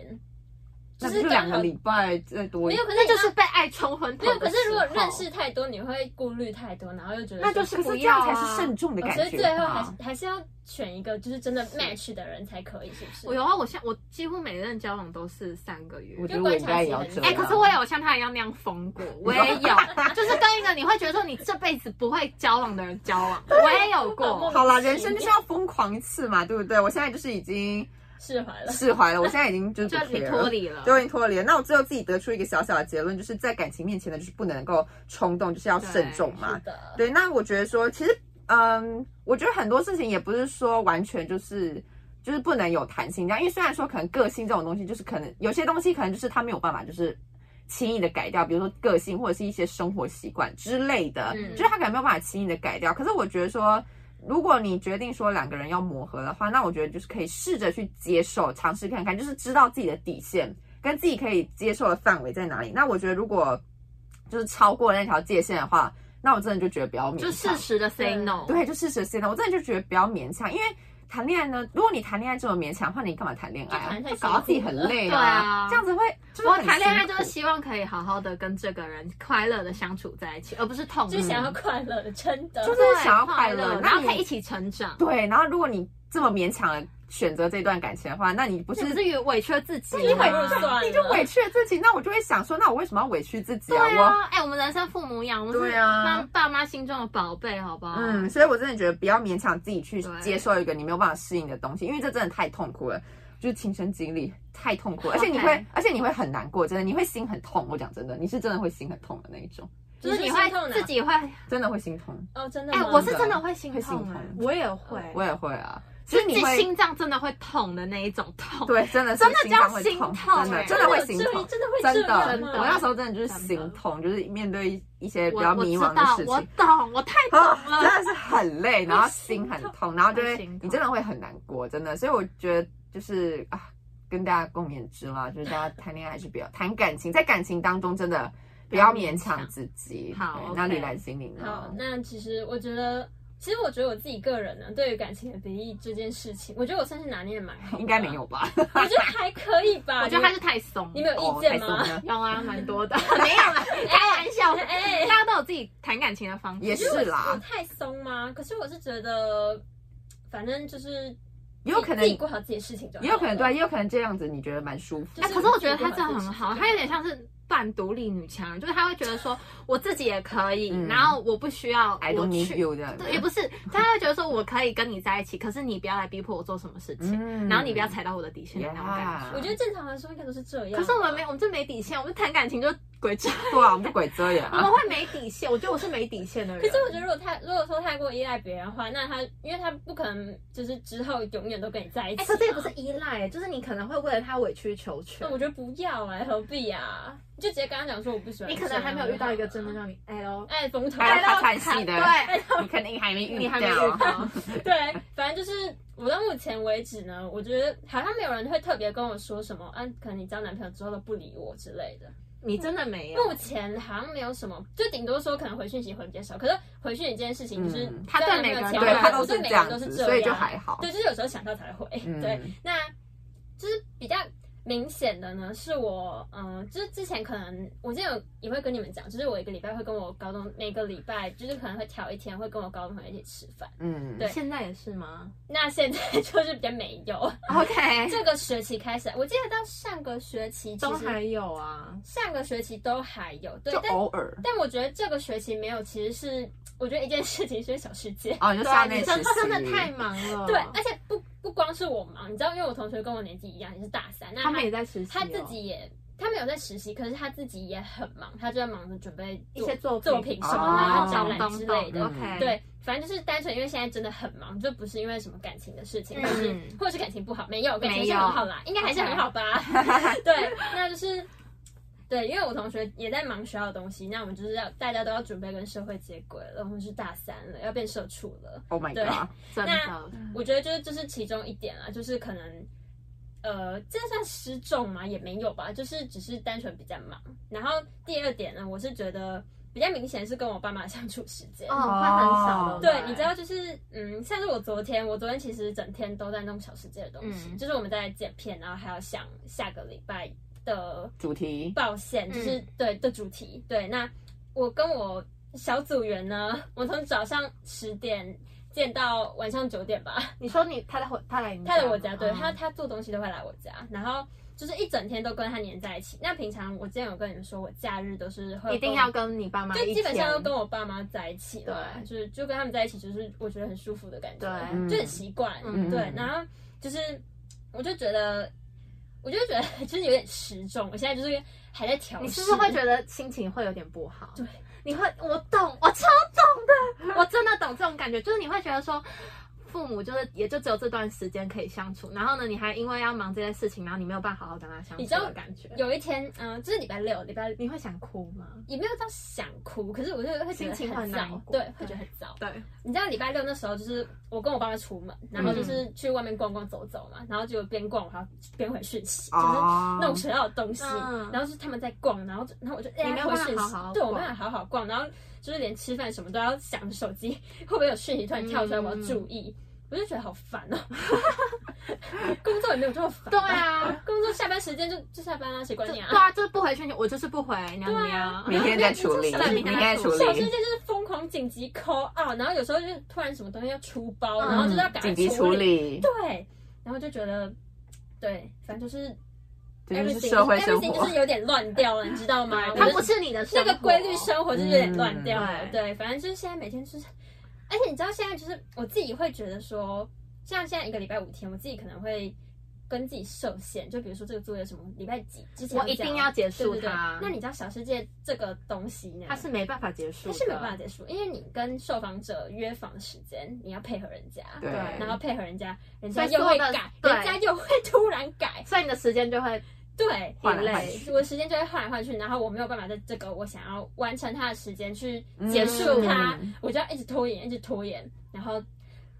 B: 那不
C: 是
B: 就
C: 刚
B: 两
C: 好
B: 个礼拜最多
C: 没有，可是
A: 那
C: 你知
A: 就
C: 道
A: 是被爱冲昏头
C: 没有。可
A: 的时候。
C: 是如果认识太多，你会顾虑太多，然后又觉得
A: 那就
B: 可是
A: 不
B: 这
A: 要
B: 样
A: 啊
B: 才是慎重的
C: 哦
B: 感
C: 所以
B: 觉
C: 最后还
B: 吧。
C: 是还是要选一个就是真的 match 的人才可以，是不是？
A: 我有啊，我现我几乎每任交往都是三个月
B: 我。觉得我
C: 就观
B: 应
C: 察
B: 该
C: 期
B: 也要
C: 很
A: 哎
B: 这
C: 久
B: 样。
A: 哎、可是我也有像他一样那样疯过，我也有，就就是跟一个你会觉得说你这辈子不会交往的人交往。我也有过，
B: 好啦，人生就是要疯狂一次嘛，对不对？我现在就是已经
C: 释怀了。
B: 释怀了，我现在已经就 是
A: 就
B: 不
A: 你
B: care
A: 脱离了。
B: 对，我已经脱离了。那我最后自己得出一个小小的结论，就是在感情面前呢，就是不能够冲动，就是要慎重嘛
C: 是。的，
B: 对，那我觉得说，其实，嗯，我觉得很多事情也不是说完全就是就是不能有弹性这样，因为虽然说可能个性这种东西，就是可能有些东西可能就是他没有办法就是轻易的改掉，比如说个性或者是一些生活习惯之类的，
C: 嗯
B: 就是他可能没有办法轻易的改掉。可是我觉得说。如果你决定说两个人要磨合的话，那我觉得就是可以试着去接受，尝试看看，就是知道自己的底线跟自己可以接受的范围在哪里。那我觉得如果就是超过那条界限的话，那我真的就觉得不要勉强。
A: 就适时的 say
C: 对
A: no。
B: 对，就事实现在，我真的就觉得不要勉强，因为谈恋爱呢，如果你谈恋爱这么勉强的话，你干嘛谈恋爱啊
C: 就谈？太
B: 就搞到自己很
A: 辛
B: 累啊，
A: 苦了对啊
B: 这样子会就是
A: 我
B: 很
A: 谈恋爱
B: 辛
A: 就是
B: 苦
A: 希望可以好好的跟这个人快乐的相处在一起，而不是痛苦。
C: 就想要快乐的，真的。
B: 就是
A: 对
B: 想要快
A: 快
B: 乐那
A: 然后
B: 你
A: 可以一起成长。
B: 对，然后如果你这么勉强的选择这段感情的话，那你不是
A: 你不是委屈了自己吗，啊
C: 你委屈算了，
B: 你就委屈了啊自己？那我就会想说，那我为什么要委屈自己
A: 对
B: 我
A: 啊，哎、我们人生父母养，我们
B: 对
A: 是
B: 啊
A: 妈爸妈心中的宝贝，好不好？
B: 嗯，，所以我真的觉得不要勉强自己去
A: 啊对
B: 接受一个你没有办法适应的东西，因为这真的太痛苦了，就是亲身经历太 痛苦了，而且你会
A: OK
B: 而且你会很难过，真的，你会心很痛。我讲真的，你是真的会心很痛的那一种，
A: 就是你会自己会，哎、
B: 真的会心痛。啊
C: 哦，真
B: 哎
C: 的吗？
A: 我是真的会心
B: 会心
A: 痛、
B: 痛
A: 哎，我也会
B: 我也会啊，就是你
A: 自己
B: 会
A: 心脏真的会痛的那一种痛。
B: 对，真的是
A: 真的
B: 心脏
A: 叫
B: 会
A: 心
B: 痛，
A: 痛
B: 真的
A: 哎
B: 真的会心
C: 真的
B: 痛，
C: 真的
B: 真
C: 会这样
B: 的。
A: 吗
B: 我那时候真的就是心
A: 真的
B: 痛，就是面对一些比
A: 我
B: 较
A: 我知
B: 迷茫的
A: 道
B: 事，
A: 我
B: 情。
A: 懂，我太懂
B: 啊，
A: 了。
B: 真的是很累，然后心很痛，然后就
A: 会
B: 会
A: 心痛
B: 你真的会很难过，真的。所以我觉得就是啊，跟大家共勉之啦，就是大家 谈恋爱还是不要谈感情，在感情当中真的不要勉强自己。
A: 好
B: 对
A: OK
B: 那李兰心里呢
C: 好，？那其实我觉得，其实我觉得我自己个人呢，对于感情的比例这件事情，我觉得我算是拿捏的蛮好。
B: 应该没，有吧？
C: 我觉得还可以吧。
A: 我觉得还是太松。
C: 你们有
B: 哦
C: 意，
B: 太
C: 见
B: 松
C: 吗？
B: 了，
A: 有啊，蛮多的， 没有 啦，开玩笑的。
C: 哎
A: 大家都有自己谈感情的方式。
B: 也
C: 我觉
B: 是
C: 得我我
B: 啦，
C: 太松吗？可是我是觉得，反正就是
B: 也有可能，
C: 自己
B: 也
C: 过好自己的事情就好。
B: 有可能对啊，，也有可能这样子你觉得蛮舒服
C: 就
A: 哎、
C: 是
A: 可是我觉得她这样很好，她有点像是半独立女强人，就是她会觉得说我自己也可以，
B: 嗯
A: 然后我不需要
B: ，I
A: 我
B: don't need
A: 去，
B: you 这样子
A: 对，也不是，她会觉得说我可以跟你在一起，可是你不要来逼迫我做什么事情，
B: 嗯
A: 然后你不要踩到我的底线的那种感觉。
B: 呀
C: 我觉得正常来说应该都是这样。
A: 可是我们没，我们这没底线，我们谈感情就鬼扯，
B: 对啊，我们就鬼遮 眼
A: 我们
B: 啊。
A: 会没底线。我觉得我是没底线的人。
C: 可是我觉得，如果太如果说太过依赖别人的话，那他因为他不可能就是之后永远都跟你在一起
A: 哎、
C: 嘛。
A: 可这也不是依赖，就是你可能会为了他委曲求全
C: 那。我觉得不要哎、何必啊？ 你就直接跟他讲说我不喜欢。
A: 你可能还没有遇到一个真的让你哎喽，
C: 爱风头。
B: 爱到叹气的
A: 对，啊
B: 你肯定还没遇
A: 你还没遇
B: 到，
A: 到。
C: 对，反正就是我到目前为止呢，我觉得好像没有人会特别跟我说什么，啊，可能你交男朋友之后都不理我之类的。
A: 你真的 没有
C: 目。前好像没有什么，就顶多说可能回讯息回比较少，可是回讯息这件事情就是
B: 嗯
A: 他对
C: 交男
A: 每
C: 朋友
A: 个人都
B: 对
C: 前
A: 会
B: 他
C: 我
B: 都
C: 对
B: 是这
C: 每个人
B: 样
C: 都是
B: 子，
C: 这样，
B: 所以就还好。
C: 对，就是有时候想到才会回。
B: 嗯
C: 对，那就是比较明显的呢，是我嗯、呃就是之前可能我之前有也会跟你们讲，就是我一个礼拜会跟我高中每个礼拜就是可能会挑一天会跟我高中朋友一起吃饭。
B: 嗯，
C: 对
A: 现在也是吗
C: 那现在 就是比较没有，
A: ？OK，
C: 这个学期开始，我记得到上个学期其
A: 都还
C: 实
A: 有啊。
C: 上个学期都还有，对
B: 就，
C: 但
B: 偶尔
C: 但我觉得这个学期没有，其实是我觉得一件事情是小世界。
B: 哦，你就
A: 对
B: 校
A: 你
C: 啊
B: 内
A: 真
B: 实习，
A: 真的太忙了。
C: 对，而且不不光是我忙，你知道，因为我同学跟我年纪一样，也是大三，那
A: 他们也在实习哦，
C: 他自己也，他没有在实习，可是他自己也很忙，他就在忙着准备
A: 一些作
C: 作品什
B: 哦
C: 么的，然后
B: 懂
C: 展览之类的。
B: 懂
A: OK，，
C: 对，反正就是单纯因为现在真的很忙，就不是因为什么感情的事情，
A: 嗯
C: 或是或者是感情不好，没有，感情
A: 没
C: 是
A: 有
C: 很好啦，应该还是很好 吧。 对，那就是。对，因为我同学也在忙学校的东西，那我们就是要大家都要准备跟社会接轨了，我们是大三了，要变社畜了。
B: Oh my
C: 对
B: god！
A: 真
C: 那
A: 的。
C: 我觉得就是这、是其中一点啊，就是可能，呃，这算失重吗？也没有吧，就是只是单纯比较忙。然后第二点呢，我是觉得比较明显是跟我爸妈相处时间。
A: 哦，会很少的。
C: 对，你知道就是，嗯，像是我昨天，我昨天其实整天都在弄小世界的东西，
A: 嗯
C: 就是我们在剪片，然后还要想下个礼拜的
B: 主题
C: 报线，
A: 嗯
C: 就是、对的主题。对，那我跟我小组员呢，我从早上十点见到晚上九点吧，
A: 你说你他来回他来你嗯
C: 他来我家，对
A: 吗哦
C: 他他做东西都会来我家，然后就是一整天都跟他黏在一起。那平常我之前有跟你们说，我假日都是会
A: 一定
C: 跟
A: 要跟你爸妈
C: 就
A: 一啊
C: 基本上都
A: 天
C: 跟我爸妈在一起嘛，
A: 对
C: 就是就跟他们在一起，就是我觉得很舒服的感觉，
A: 对
C: 就很习惯，
A: 嗯
C: 对
B: 嗯。
C: 然后就是我就觉得，我就觉得 就是有点失重，我现在就是还在调试。
A: 你是不是会觉得心情会有点不好？
C: 对，
A: 你会，我懂，我超懂的，我真的懂这种感觉，就是你会觉得说。父母就是，也就只有这段时间可以相处，然后呢，你还因为要忙这些事情，然后你没有办法好好跟他相处
C: 你知道
A: 的感觉，
C: 有一天，嗯、就是礼拜六，礼拜
A: 你会想哭吗？
C: 也没有到想哭，可是我就会觉
A: 心
C: 得
A: 情
C: 很
A: 很难
C: 糟，
A: 过
C: 对
A: 对，
C: 会觉得很糟。
A: 对，
C: 你知道礼拜六那时候就是我跟我爸妈出门，然后就是去外面逛逛走走嘛，然后就边逛我还要边回讯息，就是
B: 嗯哦
C: 弄学校的东西，
A: 嗯
C: 然后是他们在逛，然后就然后我就哎
A: 你没有
C: 回
A: 办法
C: 讯息，
A: 好好
C: 对我
A: 逛
C: 没有办法好好逛，然后就是连吃饭什么都要想着手机会不会有讯息突然跳出来，
A: 嗯
C: 我要注意。我就觉得好烦哦、 工作也没有这么烦。
A: 对，啊，
C: 工作下班时间就就下班啊，谁管
A: 就
C: 你啊？
A: 对啊，就是不回去，我就是不回，娘
C: 啊
A: 娘。
B: 明天再处理，
C: 对
A: 明天
B: 明
A: 再
B: 天再
A: 处
B: 处
A: 理
C: 小世界
B: 理，
C: 就是疯狂紧急 call out，然后有时候就是突然什么东西要出包，
A: 嗯
C: 然后就是要赶
B: 紧
C: 快
B: 急处
C: 理。
B: 理，
C: 对，然后就觉得，对，反正就是
B: 这就是
C: everything
B: 社会生
C: everything
B: 活
C: 就。是有点乱掉了，你知道吗？
A: 它
C: 我就
A: 不是你的
C: 那
A: 生活
C: 个规律生活就是有点乱掉了。
A: 嗯
C: 对，反正就是现在每天就是，而且你知道现在就是我自己会觉得说，像现在一个礼拜五天，我自己可能会。跟自己设限，就比如说这个作业什么礼拜几之前
A: 我一
C: 这样
A: 定要结束
C: 对对对
A: 它
C: 那你知道小世界这个东西呢？
A: 它是没办法结束
C: 它
A: 的，
C: 是没有办法结束，因为你跟受访者约访时间，你要配合人家，
B: 对
C: 然后配合人家，人
A: 所
C: 家
A: 以
C: 又
A: 所
C: 会
A: 有的
C: 改，
A: 对
C: 人家又会突然 改，
A: 所以你的时间就会
C: 对，
B: 换
A: 来
C: 很
A: 换
C: 累
B: 去
C: 我的时间就会换来换去，然后我没有办法在这个我想要完成它的时间去结束它，
B: 嗯
C: 我就要一直拖延，一直拖延，然后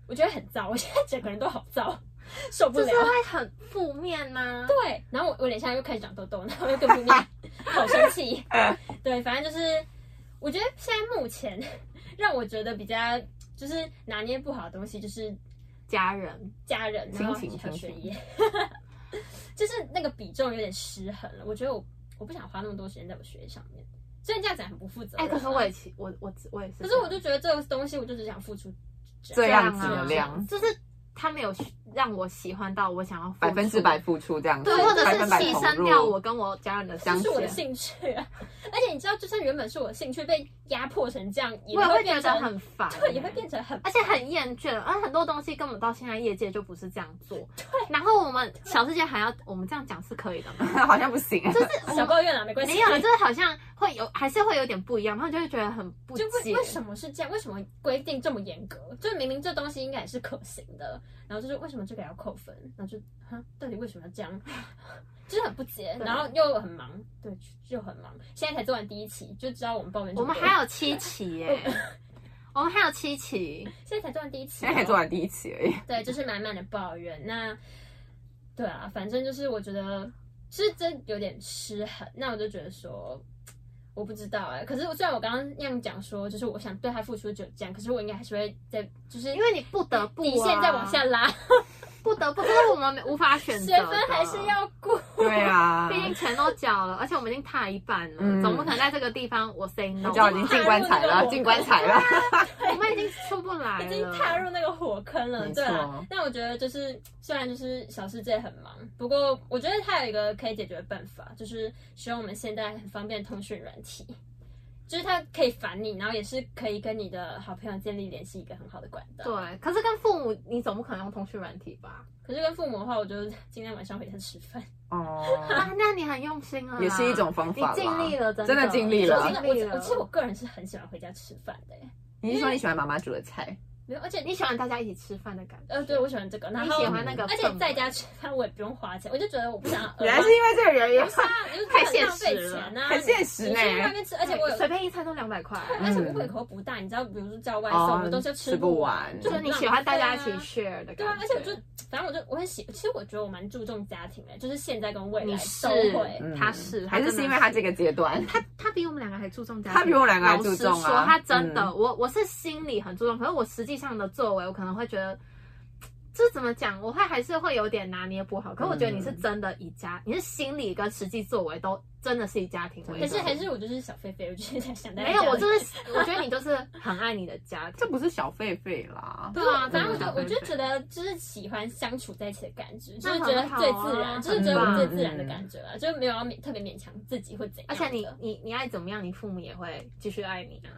C: 我觉得很糟，我 现在整个人都好糟， 受不
A: 就
C: 了
A: 是。会很负面呐、
C: 对，然后我我脸上又开始长痘痘，然后又更不面，好生 气。对，反正就是，我觉得现在目前 让我觉得比较就是拿捏不好的东西，就是
A: 家人，
C: 家人，然后
B: 亲情
C: 还有
B: 亲
C: 学
B: 情
C: 业， 就是那个比重有点失衡了。我觉得我我不想花那么多时间在我学业上面，虽然这样讲很不负责
A: 哎、
C: 任啊。
A: 可是我也其我我我也是这
C: 可
A: 样，
C: 是我就觉得这个东西，我就只想付出
B: 这样
A: 这
B: 子
A: 样
B: 的
A: 啊
B: 量，
A: 就是他没有让我喜欢到我想要付出
B: 百分之百，付出这样子，
A: 对，或者
B: 百
A: 是
B: 分百
A: 牺
B: 投
A: 牲
B: 入
A: 掉我跟我家人的
C: 这
A: 相处
B: 相
C: 是
B: 处
C: 我的兴趣、啊， 而且你知道，就算原本是我的兴趣被压迫成这样，也
A: 我也
C: 会
A: 会觉
C: 变成
A: 得很烦、欸
C: 对，也会变成很
A: 而且很厌倦，而很多东西根本到现在业界就不是这样做。对，然后我们小世界还要，我们这样讲是可以的吗？
B: 好像不行，啊
A: 就是哎我
C: 小
A: 们
C: 抱怨啦，没关系。
A: 没有，就是好像会有，还是会有点不一样，然后就会觉得很不
C: 就
A: 解
C: 为。为什么是这样？为什么规定这么严格？就是明明这东西应该也是可行的，然后就是为什么这个要扣分？然后就哈，到底为什么要这样？ 就是很不解，
A: 对
C: 然后又很忙，对，就就很忙。现在才做完第一期，就知道我们抱怨这
A: 我
C: 么
A: 们
C: 多。
A: 还有七期耶、我们还有七期，
C: 现在才做完第一期，哦
B: 现在才做完第一期 而已。
C: 对，就是满满的抱怨。那对啊，反正就是我觉得是真有点失衡。那我就觉得说，我不知道哎、可是我虽然我刚刚那样讲说，就是我想对他付出就这样，可是我应该还是会在，就是
A: 因为你不得不、啊、
C: 底线再往下，拉，
A: 不得不，这是我们没无法选 择
C: 学
A: 的
C: 分还是。要过。
B: 对啊，
A: 毕竟钱都缴了，而且我们已经踏一半了，
B: 嗯
A: 总不可能在这个地方我 say no
B: 我
A: 吧。
B: 就已经进棺材了，进棺材 了。
A: 我们已经出不来了，
C: 已经踏入那个火坑了，
B: 没
C: 对啊
B: 错。
C: 那我觉得就是，虽然就是小世界很忙，不过我觉得它有一个可以解决的办法，就是使用我们现在很方便的通讯软体，就是它可以烦你，然后也是可以跟你的好朋友建立联系一个很好的管道。，
A: 对。啊可是跟父母，你总不可能用通讯软体 吧？
C: 可是跟父母的话，我就尽量晚上回家吃饭。
B: 哦，
A: 啊，那你很用心了啦，
B: 也是一种方
A: 你
B: 法
A: 尽力
B: 啦。
A: 了，真
B: 真的尽力了
A: 你
C: 我
A: 尽力
C: 我
A: 了。
C: 其实我个人是很喜欢回家吃饭的耶，
B: 你是说你喜欢妈妈煮的菜？
C: 没有，而且
A: 你喜欢大家一起吃饭的感觉，
C: 呃，对我喜欢这个，然
A: 你
C: 后
A: 喜欢那个氛围，
C: 而且在家吃饭我也不用花钱，我就觉得我不想要额
B: 原
C: 外
B: 来是因为这个原因
C: 不，是啊，就是
A: 太
C: 很浪
A: 现
C: 费
A: 实了
C: 钱啊，
B: 很现实
C: 你
B: 呢
C: 去外面吃，而且我有，
A: 随便一餐都两百块，
C: 而且我
B: 嗯
C: 胃口不大，你知道，比如说叫外
B: 哦
C: 送，我东西又
B: 吃不
C: 不
B: 完
A: 就
C: 就是很
A: 你
C: 浪
A: 喜欢大家一
C: 费
A: 起
C: 啊
A: share 的感觉。
C: 对啊，而且我就反正我就我很喜，其实我觉得我蛮注重家庭的，就是现在跟未来
A: 你
C: 都
A: 是
C: 会。
B: 嗯
A: 他是
B: 还是是因为他这个阶段，
A: 他他比我们两个还注重家庭，
B: 他比我两个还注重啊
A: 老实说，他真的，
B: 嗯
A: 我我是心里很注重，可是我实际上的作为，我可能会觉得这怎么讲？我会还是会有点拿捏不好。可我觉得你是
B: 嗯
A: 真的以家，你是心理跟实际作为都真的是以家庭为
B: 真
C: 还
A: 主。
B: 的
C: 是还是我就是小狒狒，我就是在想待在
A: 没有，
C: 家里
A: 我就是我觉得你就是很爱你的家庭。
B: 这不是小狒狒啦，
A: 对啊，
C: 反正我
A: 真
C: 就
A: 的
C: 我
A: 是
C: 就觉得就是喜欢相处在一起的感觉，就
A: 那
C: 是
A: 很
C: 觉得
A: 好
C: 最
A: 啊
C: 自然，就
A: 很
C: 是觉得我
A: 棒嗯
C: 最自然的感觉了，就没有要勉特别勉强自己或怎样的。
A: 而且你你你爱怎么样，你父母也会继续爱 你啊。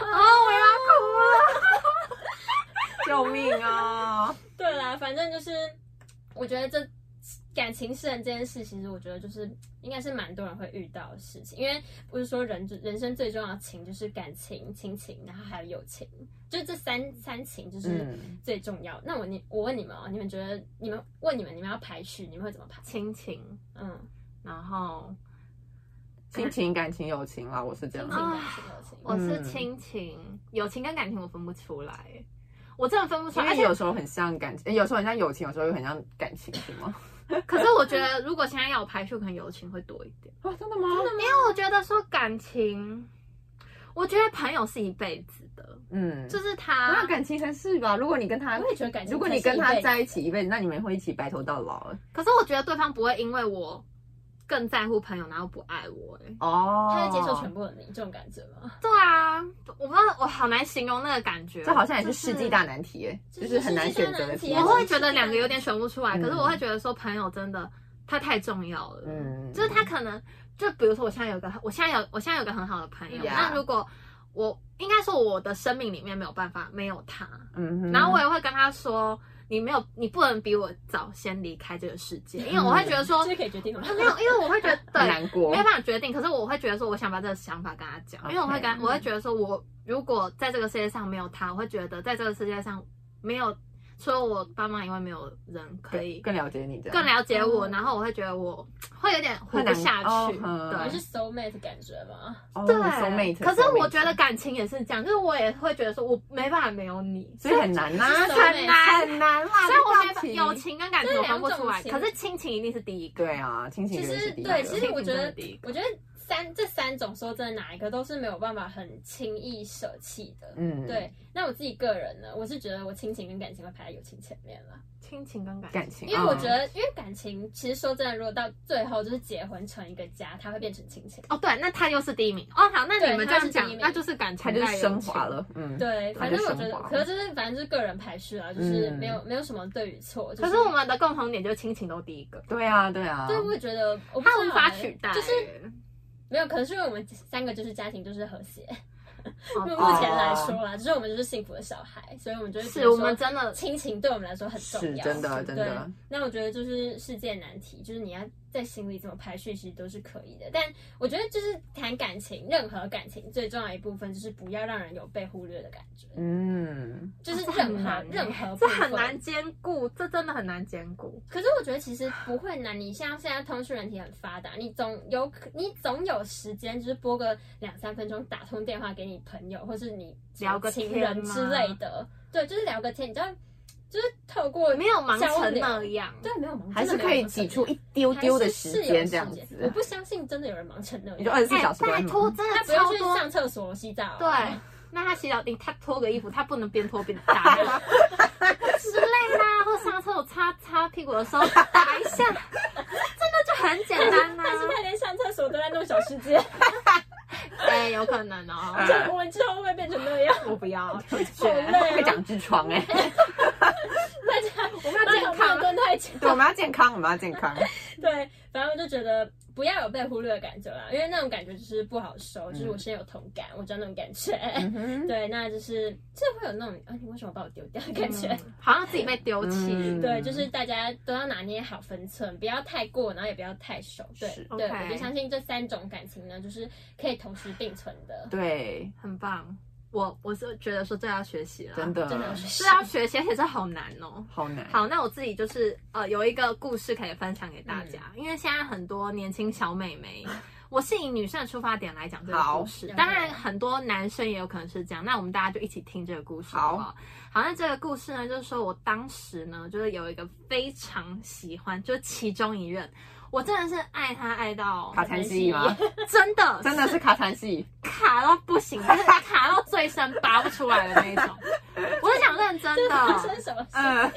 B: 哦啊救命 啊！
C: 对啦，反正就是我觉得这感情世人这件事，其实我觉得就是应该是蛮多人会遇到的事情，因为不是说人人生最重要的情就是感情、亲情，然后还有友情，就这三三情就是
B: 嗯，
C: 最重要。那我你我问你们哦，你们觉得你们问你们你们要排序，你们会怎么排？
A: 亲情，
C: 嗯，
A: 然后
B: 亲情、感情、友情啦，我是这
C: 亲
B: 样子。
C: 情、感情、友情。
A: 我是
B: 嗯
A: 亲情，友情跟感情我分不出来，欸我真的分不出
B: 因
A: 来。而
B: 为
A: 且
B: 有时候很像感情，呃有时候很像友情，有时候又很像感情，是吗？
A: 可是我觉得，如果现在要我排序，可能友情会多一点，
B: 啊，真的吗？
A: 因为我觉得说感情，我觉得朋友是一辈子的，
B: 嗯，
A: 就是他。
B: 那感情才是吧？如果你跟他
C: 我，也觉得感情才是一辈子，
B: 如果你跟他在一起一辈子，那你们会一起白头到老。
A: 可是我觉得对方不会因为我更在乎朋友，然后不爱我、欸。
B: 哦，
C: 他会接受全部的你，这种感觉吗？
A: 对啊，我不知道，我好难形容那个感觉。哦
B: 这好像也
A: 就是
B: 世纪大难题耶，
C: 就
B: 就是是很难选择的
C: 世纪
B: 题
C: 大
A: 我
C: 难
B: 目。
C: 题啊
A: 会觉得两个有点选不出来，
B: 嗯
A: 可是我会觉得说朋友真的他太重要了，
B: 嗯
A: 就是他可能就比如说我现在有个我现在有我现在有个很好的朋友，
B: Yeah
A: 那如果我应该说我的生命里面没有办法没有他，
B: 嗯哼，
A: 然后我也会跟他说。你没有，你不能比我早先离开这个世界，
B: 嗯
A: 因为我会觉得说
B: 哦
C: 这，是可以决定的吗？
A: 没有，因为我会觉得
B: 很
A: 对，
B: 难过
A: 没有。办法决定，可是我会觉得说，我想把这个想法跟他讲，因为我会
B: OK，
A: 跟他我会觉得说我如果在这个世界上没有他，我会觉得在这个世界上没有除了我爸妈以外，没有人可以
B: 更更了解你的，
A: 更了解我，
C: 嗯
A: 然后我会觉得我会有点活
B: 会
A: 不
B: 难
A: 下
B: 哦
A: 去，
B: 嗯
C: 你们是
A: 对。
C: soul mate 的感觉吗？
B: 哦
A: 对
B: soulmate，
A: 可是我
B: soulmate
A: 觉得，感情也是这样，就是我也会觉得说，我没办法没有你，
B: 所以很难呐，
C: 是
A: 很难
B: 很难啦。
A: 所以我没
B: 这道
A: 办
B: 题
A: 友情跟感情
C: 这
A: 我
C: 两
A: 分不出来，
C: 种情
A: 可是亲情一定是第一个，
B: 对啊，亲情
C: 其
B: 永远
C: 实
B: 是第一
C: 对，
B: 个
C: 其实我觉
A: 亲情真的
C: 得
A: 第一，个
C: 我觉得三这三种说真的，哪一个都是没有办法很轻易舍弃的。
B: 嗯，
C: 对，那我自己个人呢，我是觉得我亲情跟感情会排在友情前面了，
A: 亲情跟感情
B: 感情，
C: 因为我
B: 嗯
C: 觉得，因为感情其实说真的，如果到最后就是结婚成一个家，它会变成亲情。
A: 哦，对，那他又是第一名哦。好，那
C: 对
A: 你们这
C: 他是
A: 样讲
C: 第一，名
A: 那就是感
B: 它
A: 情
B: 就是
A: 带友
B: 升华
A: 情
B: 了，嗯，
C: 对，
B: 它
C: 反
B: 就
C: 正我觉
B: 升
C: 得
B: 华，
C: 可是就是反正就是个人排序啊，就是
B: 嗯
C: 没有没有什么对与错。就
A: 可是我们的共同点就是亲情都第一个，
B: 对啊，对啊，
C: 对，我也觉得我不
A: 它
C: 知
A: 无
C: 道
A: 法
C: 欸
A: 取代。
C: 就是没有，可能是因为我们三个就是家庭就是和谐，
A: 哦
C: 目前来说啦，就是我们就是幸福的小孩，所以我们就会觉
A: 是
C: 得
A: 我
C: 说
A: 们真的
C: 亲情对我们来说很重
B: 是
C: 要，
B: 真
A: 啊
B: 的，真的
C: 对，那我觉得就是世界难题，就是你要在心里怎么排序，其实都是可以的。但我觉得就是谈感情，任何感情最重要一部分就是不要让人有被忽略的感觉，
B: 嗯，
C: 就是
A: 这很
C: 任何、
A: 难欸
C: 任何
A: 这
C: 部分
A: 很难。兼顾，这真的很难兼顾。
C: 可是我觉得其实不会难，你像现在通讯软体很发达，你总有可你总有时间，就是拨个两三分钟打通电话给你朋友，或是你
A: 聊个
C: 情
A: 天
C: 人
A: 吗
C: 之类的，对，就是聊个天，你知道，就是透过
A: 没有忙
C: 交
A: 成
C: 流
A: 那样，
C: 对，没有忙，
B: 嗯还是
C: 真的
B: 可
C: 没有
B: 以
C: 忙
B: 挤
C: 成
B: 出
C: 那样
B: 一丢丢的
C: 还
B: 时
C: 是是有
B: 间这样子，
C: 我不相信真的有人忙成那样，
B: 你就二十四
A: 哎
B: 小时都在
A: 拜
B: 忙
A: 托，。真
C: 他
A: 的
C: 不用
A: 超
C: 去
A: 多。
C: 上啊厕所、洗澡，
A: 对，那他洗澡，你他脱个衣服，他不能边脱边 打之类啦，或上厕所擦擦屁股的时候打一下，真的就很简单啊啦
C: 但。是他连上厕所都在弄小世 界，
A: 哎，有可能哦，
B: 嗯
C: 我们之后会不会变成那样？
A: 我不要，拒
C: 好
A: 绝。
C: 累
B: 会
C: 哦，
B: 长痔疮哎，
C: 大家
A: 我们要
C: 马
A: 健
C: 桶没有
A: 康，
C: 蹲太久。
B: 对，我们要健康，我们要健 康，
C: 对，反正我就觉得不要有被忽略的感觉啦，因为那种感觉就是不好受，就是我现在有同感，我知道那种感觉。
B: 嗯哼，
C: 对，那就是就会有那种啊，你为什么把我丢掉的感觉？
A: 嗯好像自己被丢弃
B: 嗯。
C: 对，就是大家都要拿捏好分寸，不要太过，然后也不要太熟。对
B: 是
C: 对
A: OK
C: 我就相信这三种感情呢，就是可以同时并存的。
B: 对，
A: 很棒。我我是觉得说这要学习了，
B: 真的
C: 真的有
A: 这
C: 是
A: 要学习，而且这好难哦。
B: 好难，
A: 好，那我自己就是呃有一个故事可以分享给大家，因为现在很多年轻小美眉，我是以女生的出发点来讲这个
B: 好
A: 故事，
C: 了解
A: 当然很多男生也有可能是这样，那我们大家就一起听这个故事好不好？好，那这个故事呢，就是说我当时呢，就是有一个非常喜欢，就是其中一任，我真的是爱他爱到
B: 卡痰戏吗？
A: 真的
B: 真的是卡痰戏，
A: 卡到不行，就是卡到最深拔不出来的那一种。我是想认真
C: 发生
A: 的，
C: 什么事？
B: 嗯，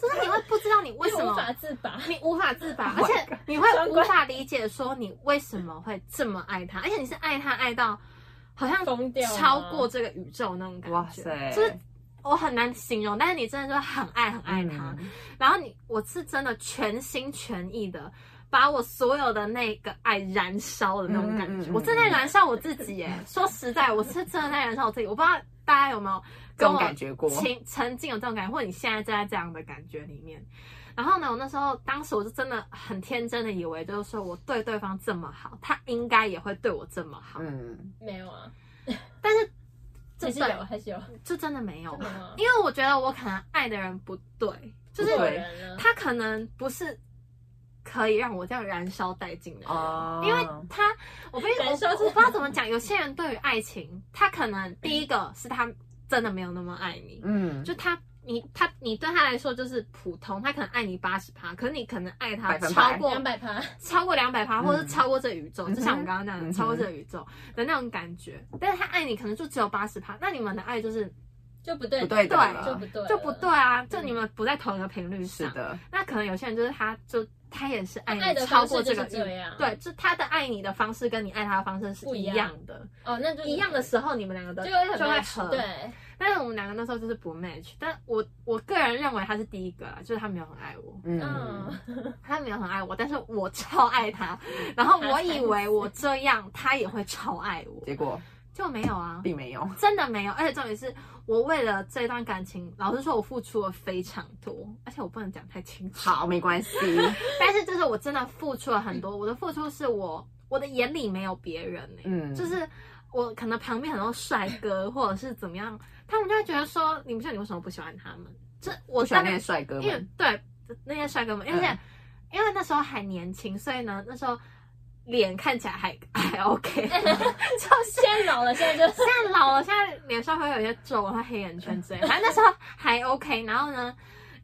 A: 就是你会不知道你为
C: 为什
A: 什
C: 么
A: 么
C: 无法自拔？
A: 你无法自拔，而
B: Oh my
A: 且你会无法理解说你为什么会这么爱他，而且你是爱他爱到好像
C: 疯掉吗
A: 超过这个宇宙那种感觉，
B: 哇塞，
A: 就是我很难形容，但是你真的就是很爱很爱他，
B: 嗯
A: 然后你我是真的全心全意的。把我所有的那个爱燃烧的那种感觉，
B: 嗯嗯嗯
A: 我正在燃烧我自己 耶！说实在，我是真的在燃烧我自己。我不知道大家有没有
B: 这
A: 跟
B: 种
A: 我
B: 感觉过，
A: 情曾经有这种感觉，或者你现在正在这样的感觉里面。然后呢，我那时候当时我就真的很天真的以为，就是说我对对方这么好，他应该也会对我这么好，
B: 嗯，
C: 没有啊，
A: 这哦
C: 还是
A: 对
C: 有，还是有，嗯
A: 就真的没有
C: 真的，吗
A: 因为我觉得我可能爱的人不对，就是
B: 不
C: 做
B: 对
C: 人了。
A: 他可能不是可以让我这样燃烧殆尽的人。
B: 哦，
A: 因为他，我必须我
C: 燃烧
A: 我不知道怎么讲。有些人对于爱情，他可能第一个是他真的没有那么爱你，
B: 嗯，
A: 就他你他你对他来说就是普通，他可能爱你八十趴，可是你可能爱他
B: 百分百
A: 超过
C: 两百趴，
A: 超过两百趴，
B: 嗯
A: 或者是超过这宇宙，
B: 嗯哼
A: 就像我刚刚那
B: 嗯哼
A: 样，超过这宇宙的那种感觉。但是他爱你可能就只有八十趴，那你们的爱就是
C: 就不对，
B: 不对的了
C: 就不对，
A: 就不对。啊，就你们不在同一个频率
B: 是
A: 上。
B: 的，
A: 那可能有些人就是他就他也是爱
C: 爱
A: 你
C: 的
A: 超
C: 方式
A: 过
C: 就是
A: 个
C: 这
A: 域。
C: 样，
A: 对，就他的爱你的方式跟你爱他的方式是
C: 不一
A: 一
C: 样
A: 样的，
C: 哦，那就
A: 一样的时候你们两个的
C: 就会很
A: 就会
C: match，
A: 合，
C: 对，
A: 但是我们两个那时候就是不 match，但我我个人认为他是第一个啦，就是他没有很爱我，
B: 嗯
C: 嗯，
A: 他没有很爱我，但是我超爱 他，然后我以为我这样他也会超爱我，
B: 结果
A: 就没有啊，
B: 并没有，
A: 真的没有，而且重点是我为了这段感情，老实说，我付出了非常多，而且我不能讲太清 楚，
B: 好，没关系，
A: 但是就是我真的付出了很多，我的付出是我我的眼里没有别人呢、
B: 嗯，
A: 就是我可能旁边很多帅哥或者是怎么样，他们就会觉得说你不像你为什么不喜欢他们？这我
B: 不喜欢
A: 大
B: 那
A: 概
B: 些帅哥
A: 因为
B: 们，
A: 对那些帅哥们，而且、
B: 嗯
A: 因为那时候还年轻，所以呢那时候脸看起来还还 OK，
C: 现在老 了，现在就
A: 现在老了，现在脸上会有一些皱纹和黑眼圈之类的，反正那时候还 OK。然后呢，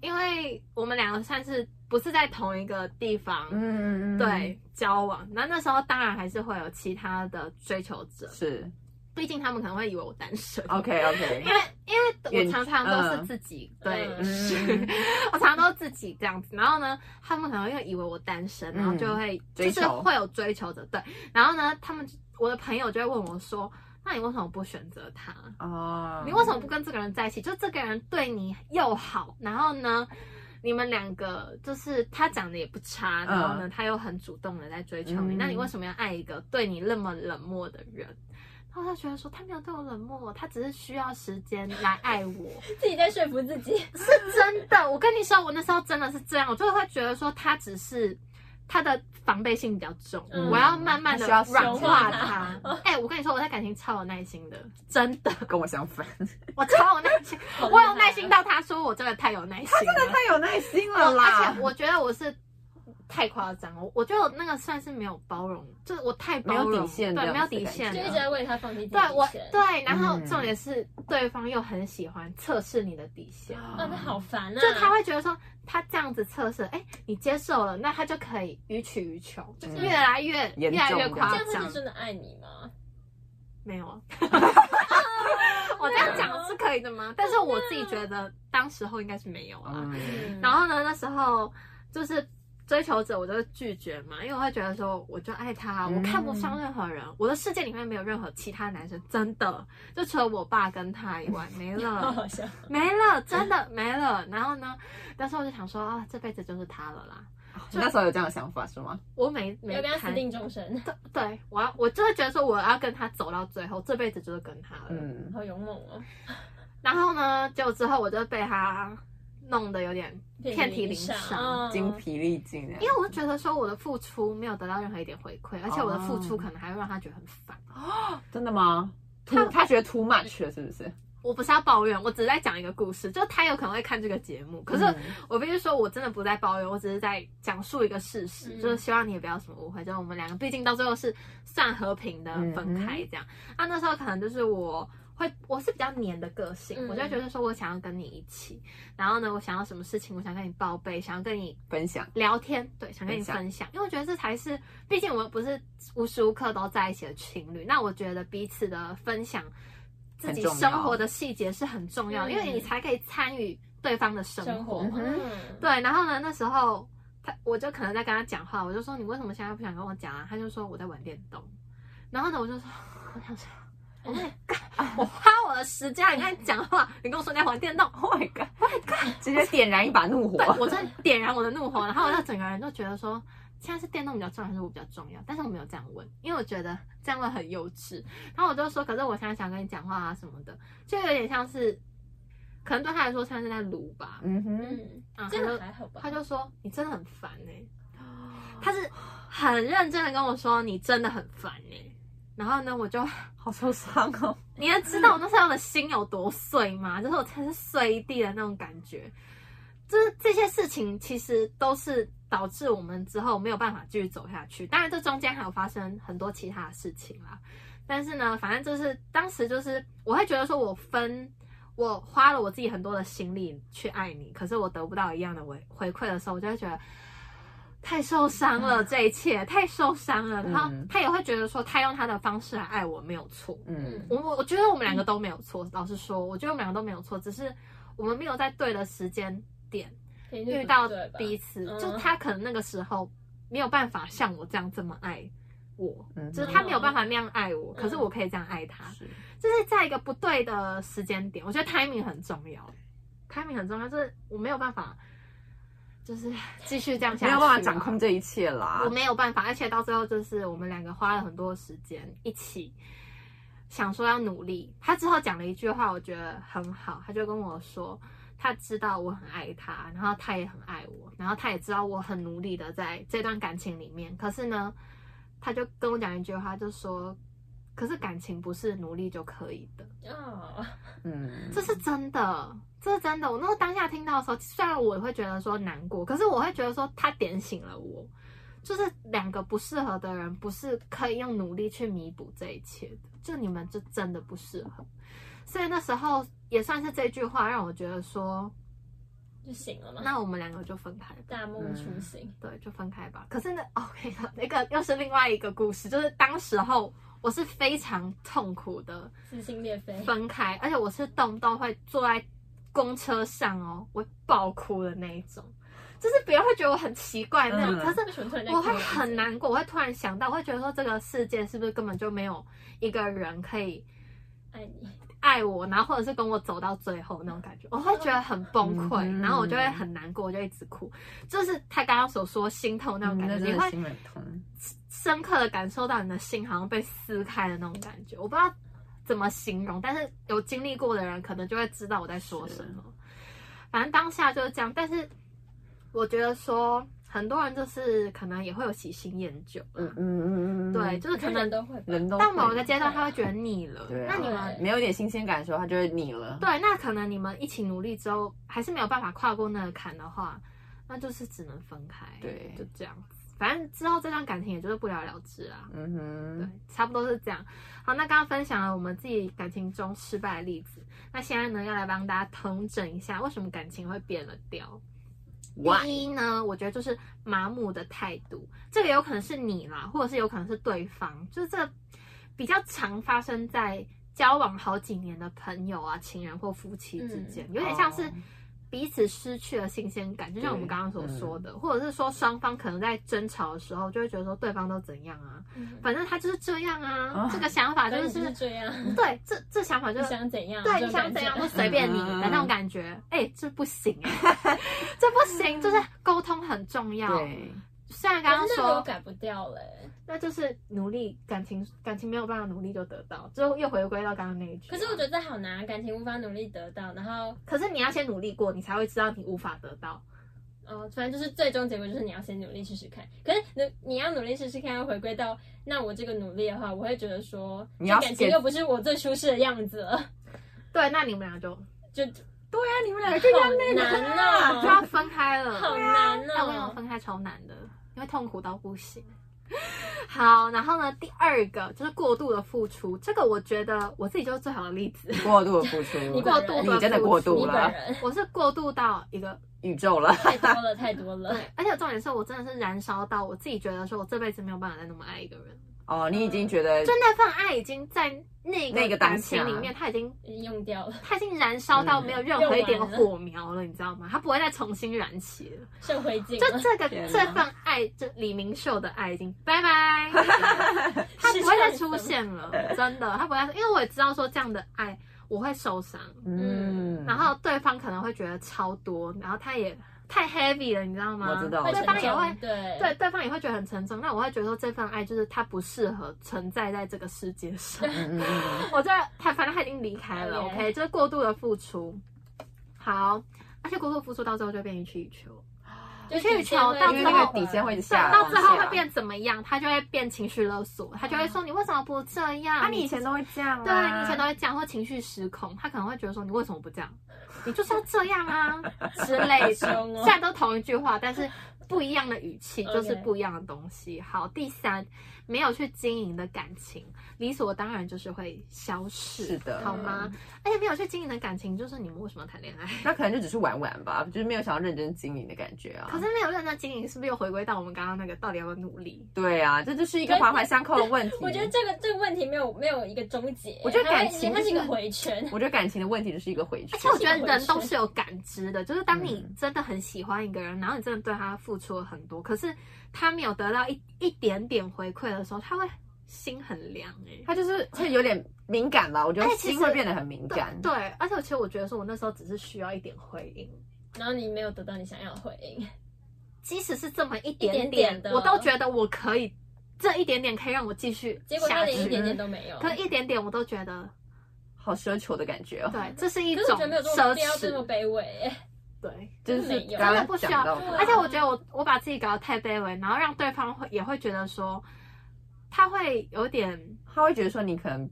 A: 因为我们两个算是不是在同一个地方。
B: 嗯嗯嗯，
A: 对，交往，那那时候当然还是会有其他的追求者，
B: 是
A: 毕竟他们可能会以为我单身。
B: ，OK OK，
A: 因为因为
B: 远
A: 我常常都是
B: 嗯
A: 自己、呃对，
C: 嗯
A: 是我常常都自己这样子，然后呢，他们可能又以为我单身，然后就会、
B: 追
A: 就是
B: 求
A: 会有嗯追求者，对，然后呢，他们我的朋友就会问我说，那你为什么不选择他？
B: 哦，
A: 你为什么不跟这个人在一起？就这个人对你又好，然后呢，你们两个就是他长得也不差，
B: 嗯
A: 然后呢，他又很主动的在追求你，
B: 嗯
A: 那你为什么要爱一个对你那么冷漠的人？然后他觉得说他没有对我冷漠，他只是需要时间来爱 我，
C: 自己在说服自己，
A: 是真的。我跟你说，我那时候真的是这样，我就会觉得说他只是他的防备心比较重，
C: 嗯
A: 我要慢慢的
B: 他需要
A: 软
B: 消
A: 化
C: 化
A: 他。哎、我跟你说，我在感情超有耐心的，真的，
B: 跟我相反？
A: 我超有耐心。
C: 好厉
A: 我
C: 害
A: 有耐心，到他说我真的 太有耐心了，
B: 太有耐心了
A: 我
B: 啦
A: 而且，我觉得我是太夸张了，我我觉得我那个算是没有包容，就是我太包容
B: 没有底线这
A: 对，
B: 样子
A: 没有底线
C: 就
B: 的感
C: 一直
B: 觉
A: 了。
C: 在为他放弃自己
A: 啊对
C: 的
A: 我
C: 底线。
A: 对，然后
B: 嗯
A: 重点是对方又很喜欢测试你的底线，
B: 嗯
C: 啊，那好烦啊！
A: 就他会觉得说他这样子测试，哎，你接受了，那他就可以予取予求，就是
B: 嗯
A: 越来越越
B: 严重
A: 来越
C: 这
A: 夸
C: 样他
A: 张
C: 是。真的爱你吗？
A: 没有 啊，我这样讲是可以的
B: 啊
A: 吗？但是我自己觉得当时候应该是没有啊。
B: 嗯，
A: 然后呢，那时候就是追求者，我就拒绝嘛，因为我会觉得说，我就爱他，
B: 嗯
A: 我看不上任何人，我的世界里面没有任何其他男生，真的，就除了我爸跟他以外，没
C: 好
A: 了，
C: 好笑，
A: 没了，真的没了。然后呢，那时候我就想说，啊，这辈子就是他了啦，
B: 你那时候有这样的想法是吗？
A: 我没没
C: 要跟他死
A: 谈
C: 定终身，
A: 对对，我要我就会觉得说，我要跟他走到最后，这辈子就是跟他了。
B: 嗯，
C: 好勇猛哦！
A: 然后呢，就之后我就被他弄得有点遍体鳞伤
C: 嗯
B: 精疲力尽啊那样，
A: 因为我觉得说我的付出没有得到任何一点回馈，而且我的付
C: 哦
A: 出可能还会让他觉得很烦。
B: 真的吗？他他觉得 too much 了是不是？
A: 我不是要抱怨，我只是在讲一个故事，就他有可能会看这个节目，可
C: 嗯
A: 是我必须说，我真的不在抱怨，我只是在讲述一个事实，
C: 嗯
A: 就是希望你也不要有什么误会，就是我们两个毕竟到最后是算和平的
C: 嗯
A: 分开这样。啊那、那时候可能就是我。会，我是比较黏的个性，
C: 嗯
A: 我就会觉得说我想要跟你一起，然后呢，我想要什么事情，我想跟你报备，想要跟你
B: 分享，
A: 聊天，对，想跟你
B: 分享
A: 分享，因为我觉得这才是，毕竟我们不是无时无刻都在一起的情侣，那我觉得彼此的分享自己
B: 很重要
A: 生活的细节是很重要的，
C: 嗯
A: 因为你才可以参与对方的生
C: 生活
A: 活
C: 嘛，
B: 嗯
C: 嗯，
A: 对，然后呢，那时候他我就可能在跟他讲话，我就说你为什么现在不想跟我讲啊？他就说我在玩电动。然后呢，我就说 我想说，我
C: 嗯
A: 在干，我花我的时间来跟你讲话，你跟我说你在玩电动，
B: Oh my god！直接点燃一把怒火。
A: 对我在点燃我的怒火，然后我就整个人就觉得说。现在是电动比较重要还是我比较重要？但是我没有这样问，因为我觉得这样问很幼稚。然后我就说，可是我现在想跟你讲话啊什么的，就有点像是，可能对他来说像是在撸吧。
B: 嗯哼，
C: 嗯，
A: 啊，他
C: 这
A: 就
C: 个还好吧？
A: 他就说你真的很烦哎、 他是很认真的跟我说你真的很烦哎、然后呢，我就
B: 好受伤哦。
A: 你要知道我那时候的心有多碎吗？就是我真是碎一地的那种感觉。就是这些事情其实都是导致我们之后没有办法继续走下去。当然，这中间还有发生很多其他的事情啦。但是呢，反正就是当时就是我会觉得说我分。我花了我自己很多的心力去爱你，可是我得不到一样的回回馈的时候，我就会觉得太受伤了，这一切太受伤了。然后
B: 嗯
A: 他也会觉得说，他用他的方式来爱我没有错，
B: 嗯
A: 我我我觉得我们两个都没有错，老实说，我觉得我们两个都没有错，只是我们没有在对的时间点
C: 频率
A: 遇
C: 不
A: 到
C: 对吧
A: 彼此，
C: 嗯
A: 就他可能那个时候没有办法像我这样这么爱我，
B: 嗯哼，
A: 就是他没有办法那样爱我，可是
B: 嗯
A: 我可以这样爱他，
B: 是
A: 就是在一个不对的时间点，我觉得 timing 很重要，timing 很重要，就是我没有办法，就是继续这样下去，啊
B: 没有办法掌控。这一切啦
A: 我。没有办法，而且到最后就是我们两个花了很多时间一起想说要努力。他之后讲了一句话，我觉得很好，他就跟我说，他知道我很爱他，然后他也很爱我，然后他也知道我很努力的在这段感情里面。可是呢，他就跟我讲一句话，就说。可是感情不是努力就可以的，
C: 哦，
B: 嗯，
A: 这是真的，这是真的。我那时候当下听到的时候，虽然我会觉得说难过，可是我会觉得说他点醒了我，就是两个不适合的人，不是可以用努力去弥补这一切的，就你们就真的不适合。所以那时候也算是这句话让我觉得说，
C: 就醒了嘛，
A: 那我们两个就分开吧。
C: 大梦初醒，
A: 对，就分开吧。可是呢，OK 的，那 个又是另外一个故事，就是当时候我是非常痛苦的，
C: 撕心裂肺，
A: 分开，而且我是动不动会坐在公车上哦，我会爆哭的那一种，就是别人会觉得我很奇怪那种，
B: 嗯
A: 可是
C: 为什么突然间
A: 我会
C: 哭了
A: 很难过，我会突然想到，我会觉得说这个世界是不是根本就没有一个人可以
C: 爱你，
A: 爱我，然后或者是跟我走到最后那种感觉，我会觉得很崩溃，
B: 嗯
A: 然后我就会很难过，我就一直哭，就是他刚刚所说心痛那种感觉，
B: 嗯那
A: 你
B: 真
A: 会
B: 的心很痛。
A: 深刻的感受到你的心好像被撕开的那种感觉，我不知道怎么形容，但是有经历过的人可能就会知道我在说什么。反正当下就是这样，但是我觉得说很多人就是可能也会有喜新厌旧，
B: 嗯嗯嗯嗯，嗯
A: 对，，就是可
C: 可能
A: 能
C: 都会吧，
B: 人都
A: 到某一个
B: 会
A: 阶段他会觉得腻了，
B: 对啊
A: 那你们
B: 没有一点新鲜感的时候，他就会腻了。
A: 对，那可能你们一起努力之后，还是没有办法跨过那个坎的话，那就是只能分开，
B: 对
A: 就这样子。反正之后这段感情也就是不了了之啦。
B: 嗯
A: 对
B: 哼，，
A: 差不多是这样。好，那刚刚分享了我们自己感情中失败的例子，那现在呢，要来帮大家统整一下，为什么感情会变了调。
B: 哇，
A: 第一呢，我觉得就是麻木的态度，这个有可能是你啦，或者是有可能是对方，就是这比较常发生在交往好几年的朋友啊、情人或夫妻之间，有点像是
B: 嗯哦
A: 彼此失去了新鲜感，就像我们
B: 对嗯
A: 刚刚所说的，或者是说双方可能在争吵的时候，就会觉得说对方都怎样啊，
C: 嗯
A: 反正他就是这样啊，
B: 哦
A: 这个想法
C: 反
A: 就
C: 正
A: 是
C: 就是这样，
A: 对，这这想法就
C: 你
A: 是
C: 想怎样？
A: 对
C: 这
A: 你
C: 种
A: 想
C: 感
A: 怎
C: 觉
A: 样都随便你的那种感觉，哎、这不行、哎 这不行，就是沟通很重要。
B: 对，
A: 虽然刚
C: 可
A: 刚
C: 是那个我
A: 说，
C: 改不掉嘞，
A: 那就是努力感情，感情没有办法努力就得到，就又回归到刚刚那一句啊。
C: 可是我觉得这好难，感情无法努力得到，然后
A: 可是你要先努力过，你才会知道你无法得到。
C: 哦，反正就是最终结果就是你要先努力试试看。可是你你要努力试试看，要回归到那我这个努力的话，我会觉得说，
B: 你要
C: 这感情
B: 给
C: 又不是我最舒适的样子了，
A: 对，那你们俩就
C: 就
B: 对啊，你们两个就
C: 好难
A: 就
C: 哦，
A: 要分开了。
C: 好难
A: 要跟我
C: 哦。
A: 分开超难的，因为痛苦到不行。 好，然后呢，第二个就是过度的付出，这个我觉得我自己就是最好的例子。
B: 过度的付出，
C: 你
A: 过度的付出
B: 你真的过度
C: 你
B: 了
C: 本人
A: 我是过度到一个，
B: 宇宙了，
C: 太多了，太多
B: 嗯
C: 了。
A: 对，而且重点是我真的是燃烧到我自己觉得说我这辈子没有办法再那么爱一个人，
B: 哦，你已经觉得
A: 就那份爱已经在那
B: 那个
A: 个
B: 当
A: 感情
B: 下
A: 里面，它已经
C: 用掉了，
A: 它已经燃烧到
B: 嗯
A: 没有任何一点
C: 用完了
A: 火苗了，你知道吗？它不会再重新燃起了。
C: 剩灰烬
A: 就
C: 了。
A: 这个
B: 天哪
A: 这份爱，就李明秀的爱已经拜拜， 他不会再出现了， 真的，他不会再，因为我也知道说这样的爱我会受伤，
B: 嗯，
A: 然后对方可能会觉得超多，然后他也太 heavy 了，你知道吗？
B: 我知道
C: 会
B: 我知
A: 对
B: 道
A: 方也会。
C: 对
A: 对，对方也会觉得很沉重。那我会觉得说，这份爱就是它不适合存在在这个世界 上。
B: 嗯嗯嗯
A: 我觉得他反正他已经离开了
C: OK
A: ，OK，就是过度的付出。好，而且过度付出到最后就变一曲一球。
C: 就
A: 去瞧到
B: 嗯，因为
A: 最
B: 那
A: 后
B: 个底 线会一直
A: 对
B: 下，
A: 到
B: 往
A: 最后
B: 下
A: 会变怎么样？他就会变情绪勒索，他就会说你为什么不这样？
B: 啊，你以前都会这样啊，
A: 对你以前都会这样，或情绪失控，他可能会觉得说你为什么不这样？你就是要这样啊之类的。
C: 凶 哦
A: 虽然都同一句话，但是不一样的语气
C: OK
A: 就是不一样的东西。好，第三，没有去经营的感情，理所当然就是会消逝，
B: 是的
A: 好吗？而且没有去经营的感情，就是你们为什么要谈恋爱？
B: 那可能就只是玩玩吧，就是没有想要认真经营的感觉啊。
A: 可是没有认真经营，是不是又回归到我们刚刚那个到底要不要努力？
B: 对啊，这就是一个环环相扣的问题。
C: 我觉得这个这个问题没有没有一个终结，
B: 我觉得感情
C: 它会它是一个
B: 就是
C: 回圈，
B: 我觉得感情的问题就是一个回圈
A: 而且。我觉得
C: 是一个回
A: 人都
C: 事
A: 是有感知的，就是当你
B: 嗯
A: 真的很喜欢一个人，然后你真的对他付出了很多，可是他没有得到一一点点回馈的时候，他会心很凉哎、
B: 他就是会有点敏感吧，我觉得
A: 哎其实
B: 心会变得很敏感。
A: 对，而且其实我觉得说，我那时候只是需要一点回应，
C: 然后你没有得到你想要的回应，
A: 即使是这么一
C: 点
A: 点
C: 点的
A: 我都觉得我可以，这一点点可以让我继续
C: 结果他
A: 下
C: 连一
A: 去。
C: 点点都没有。
A: 可一点点我都觉得，
B: 好奢求的感觉哦，
A: 对，这是一
C: 可
A: 种
C: 是我觉得没有这么
A: 奢
C: 必要这么
A: 侈，
C: 卑微耶，
A: 对。
B: 就是
C: 没有
B: 刚
A: 真的不
B: 刚
A: 需要哎
B: 讲到的，
A: 而且我觉得我我把自己搞得太卑微，然后让对方会也会觉得说，他会有点，
B: 他会觉得说你可能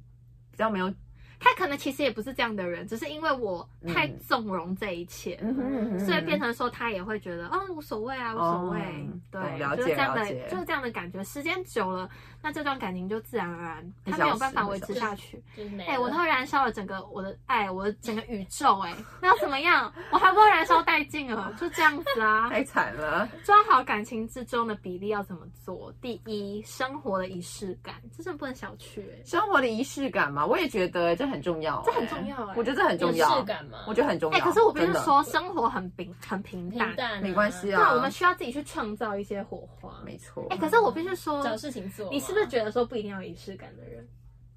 B: 比较没有，
A: 他可能其实也不是这样的人，只是因为我太
B: 嗯
A: 纵容这一切，
B: 嗯哼嗯哼
A: 所以变成说他也会觉得，嗯，无所谓啊，无所谓，
B: 哦懂
A: 对，
B: 了解
A: 就是这样的
B: 了解，
A: 就是这样的感觉。时间久了，那这段感情就自然而然，
B: 会
A: 他没
B: 消
A: 有
B: 失
A: 办法
B: 会
A: 维
B: 消
A: 持
C: 失
A: 下去。
C: 就是没了。
A: 哎、我都燃烧了整个我的爱，我的整个宇宙、哎，那要怎么样？我还不会燃烧殆尽了，就这样子啊。
B: 太惨了。
A: 抓好感情之中的比例要怎么做？第一，生活的仪式感，这真的不能小觑、欸，
B: 生活的仪式感嘛，我也觉得这很重要，
A: 这很重。要哎、
B: 我觉得这很重
C: 有
B: 要
C: 质，感吗？
B: 我觉得很重
A: 哎、
B: 要。
A: 可是我必须
B: 真的，
A: 说，生活很平很平
C: 平
A: 淡，
C: 淡啊，
B: 没关系
A: 对，
B: 啊，
A: 我们需要自己去创造一些火花。
B: 没错。
A: 哎、可是我必须说，
C: 找事情做。啊
A: 你是不是？觉得说不一定要有仪式感的人？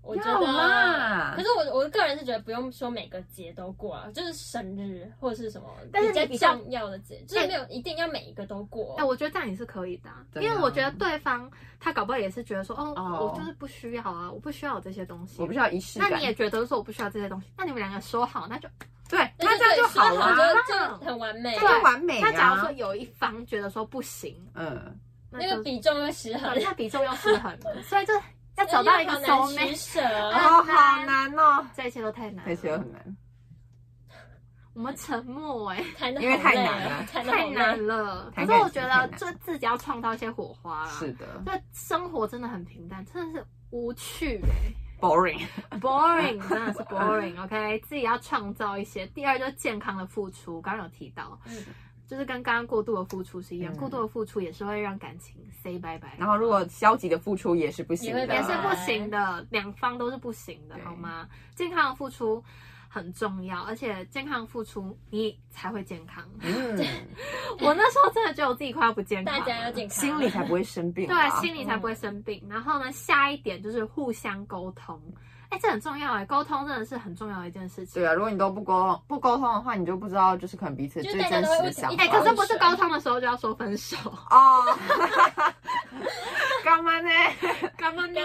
C: 我觉
B: 要嘛
A: 啊
C: 得，可是我我个人是觉得不用说每个节都过啊，就是生日或者是什么
A: 但是
C: 比
A: 你比
C: 较
A: 较
C: 重要的节，就是没有一定要每一个都过
A: 哎、。我觉得这样也是可以的啊、
B: 真的
A: 因
B: 啊
A: 为我觉得对方他搞不好也是觉得说，哦，
B: 哦
A: 我就是不需要啊，我不需要有这些东西
B: 我不。需要仪式
A: 那
B: 感，
A: 你也觉得说我不需要这些东西，那你们两个说好，那就
B: 对，
C: 但
B: 那
C: 是
B: 这样就好
C: 对
B: 了
C: 说
B: 啊，
C: 好就就很完美。
B: 这样就完美
A: 那假如
B: 啊
A: 说。有一方觉得说不行，
B: 嗯，
C: 那
A: 就
C: 个比重会失衡
A: 对，，那比重要失衡了，所以就要找到一个
C: 好
A: soul
C: 难取
A: mate，
C: 舍。
B: 哦，好难哦，
A: 这一切都太难，
B: 那些很难。
A: 我们沉默哎、
C: 谈的
B: 因为 太难了
C: 谈的
A: 太难了。可
B: 谈感情
A: 是我觉
B: 太
A: 得
B: 难
A: 就自己要创造一些火花啦。啊
B: 是，的
A: 就生活真的很平淡，真的是无趣哎、
B: ，boring。
A: b o r i n g 真的是 boring。OK，自己要创造一些。第二就是健康的付出，刚刚有提到，
C: 嗯
A: 就是跟刚刚过度的付出是一样，
B: 嗯
A: 过度的付出也是会让感情 say 拜拜。
B: 然后如果消极的付出也是不行的，
C: 也会
A: 也
C: 变
A: 是
C: 成
A: 不行的，两方都是不行的
B: 对，
A: 好吗？健康的付出很重要，而且健康的付出你才会健 康。
B: 嗯，
A: 我那时候真的觉得我自己快要不健康
C: 大
A: 了，
C: 家要健康，
B: 心里 才不会生病啊吧。
A: 对，啊心里才不会生病。然后呢，下一点就是互相沟通，哎，这很重要哎，沟通真的是很重要的一件事情
B: 对。啊，如果你都不沟不沟通的话，你就不知道就是可能彼此最真实的想法。
A: 哎，可是不是
B: 啊
A: 沟通的时候就要说分手，
B: 哦，干嘛呢？
A: 干嘛呢？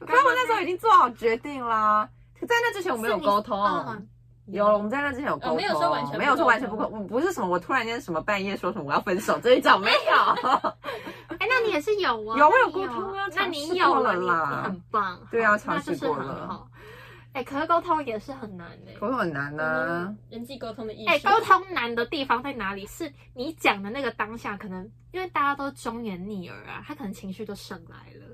B: 可是我那时候已经做好决定啦。可在那之前我没有沟通，
C: 哦
A: 嗯
B: 有我们在那之前有沟通，
C: 呃没有说完全不
B: 没有说完全不
C: 沟
B: 沟，
C: 通
B: 我不是什么我突然间什么半夜说什么我要分手这一种没有。
A: 哎，那你也是有啊？
B: 有我
A: 那
B: 有
A: 你
B: 沟通啊
A: 那
B: 尝试
A: 你有
B: 过了
A: 你
B: 啦
A: 很棒，
B: 对啊
A: 好
B: 尝试
A: 那就是
B: 过
A: 很
B: 了
A: 好。哎，可是沟通也是很难哎。
B: 沟通很难啊呢、
C: 嗯人际沟通的艺术。
A: 哎，沟通难的地方在哪里？是你讲的那个当下，可能因为大家都忠言逆耳啊，他可能情绪就上来了，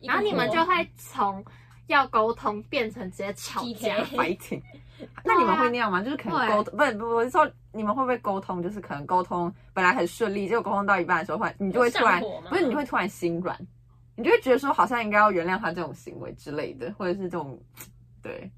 C: 一个
A: 然后你们
C: 锅
A: 就会从要沟通变成直接吵架
C: PK。
B: fighting。那你
C: 啊
B: 们会那样吗？就是可能沟通，不不，我是说你们会不会沟通？就是可能沟通本来很顺利，结果沟通到一半的时候，会你就会突然
C: 上火吗，
B: 不是你会突然心软，你就会觉得说好像应该要原谅他这种行为之类的，或者是这种对。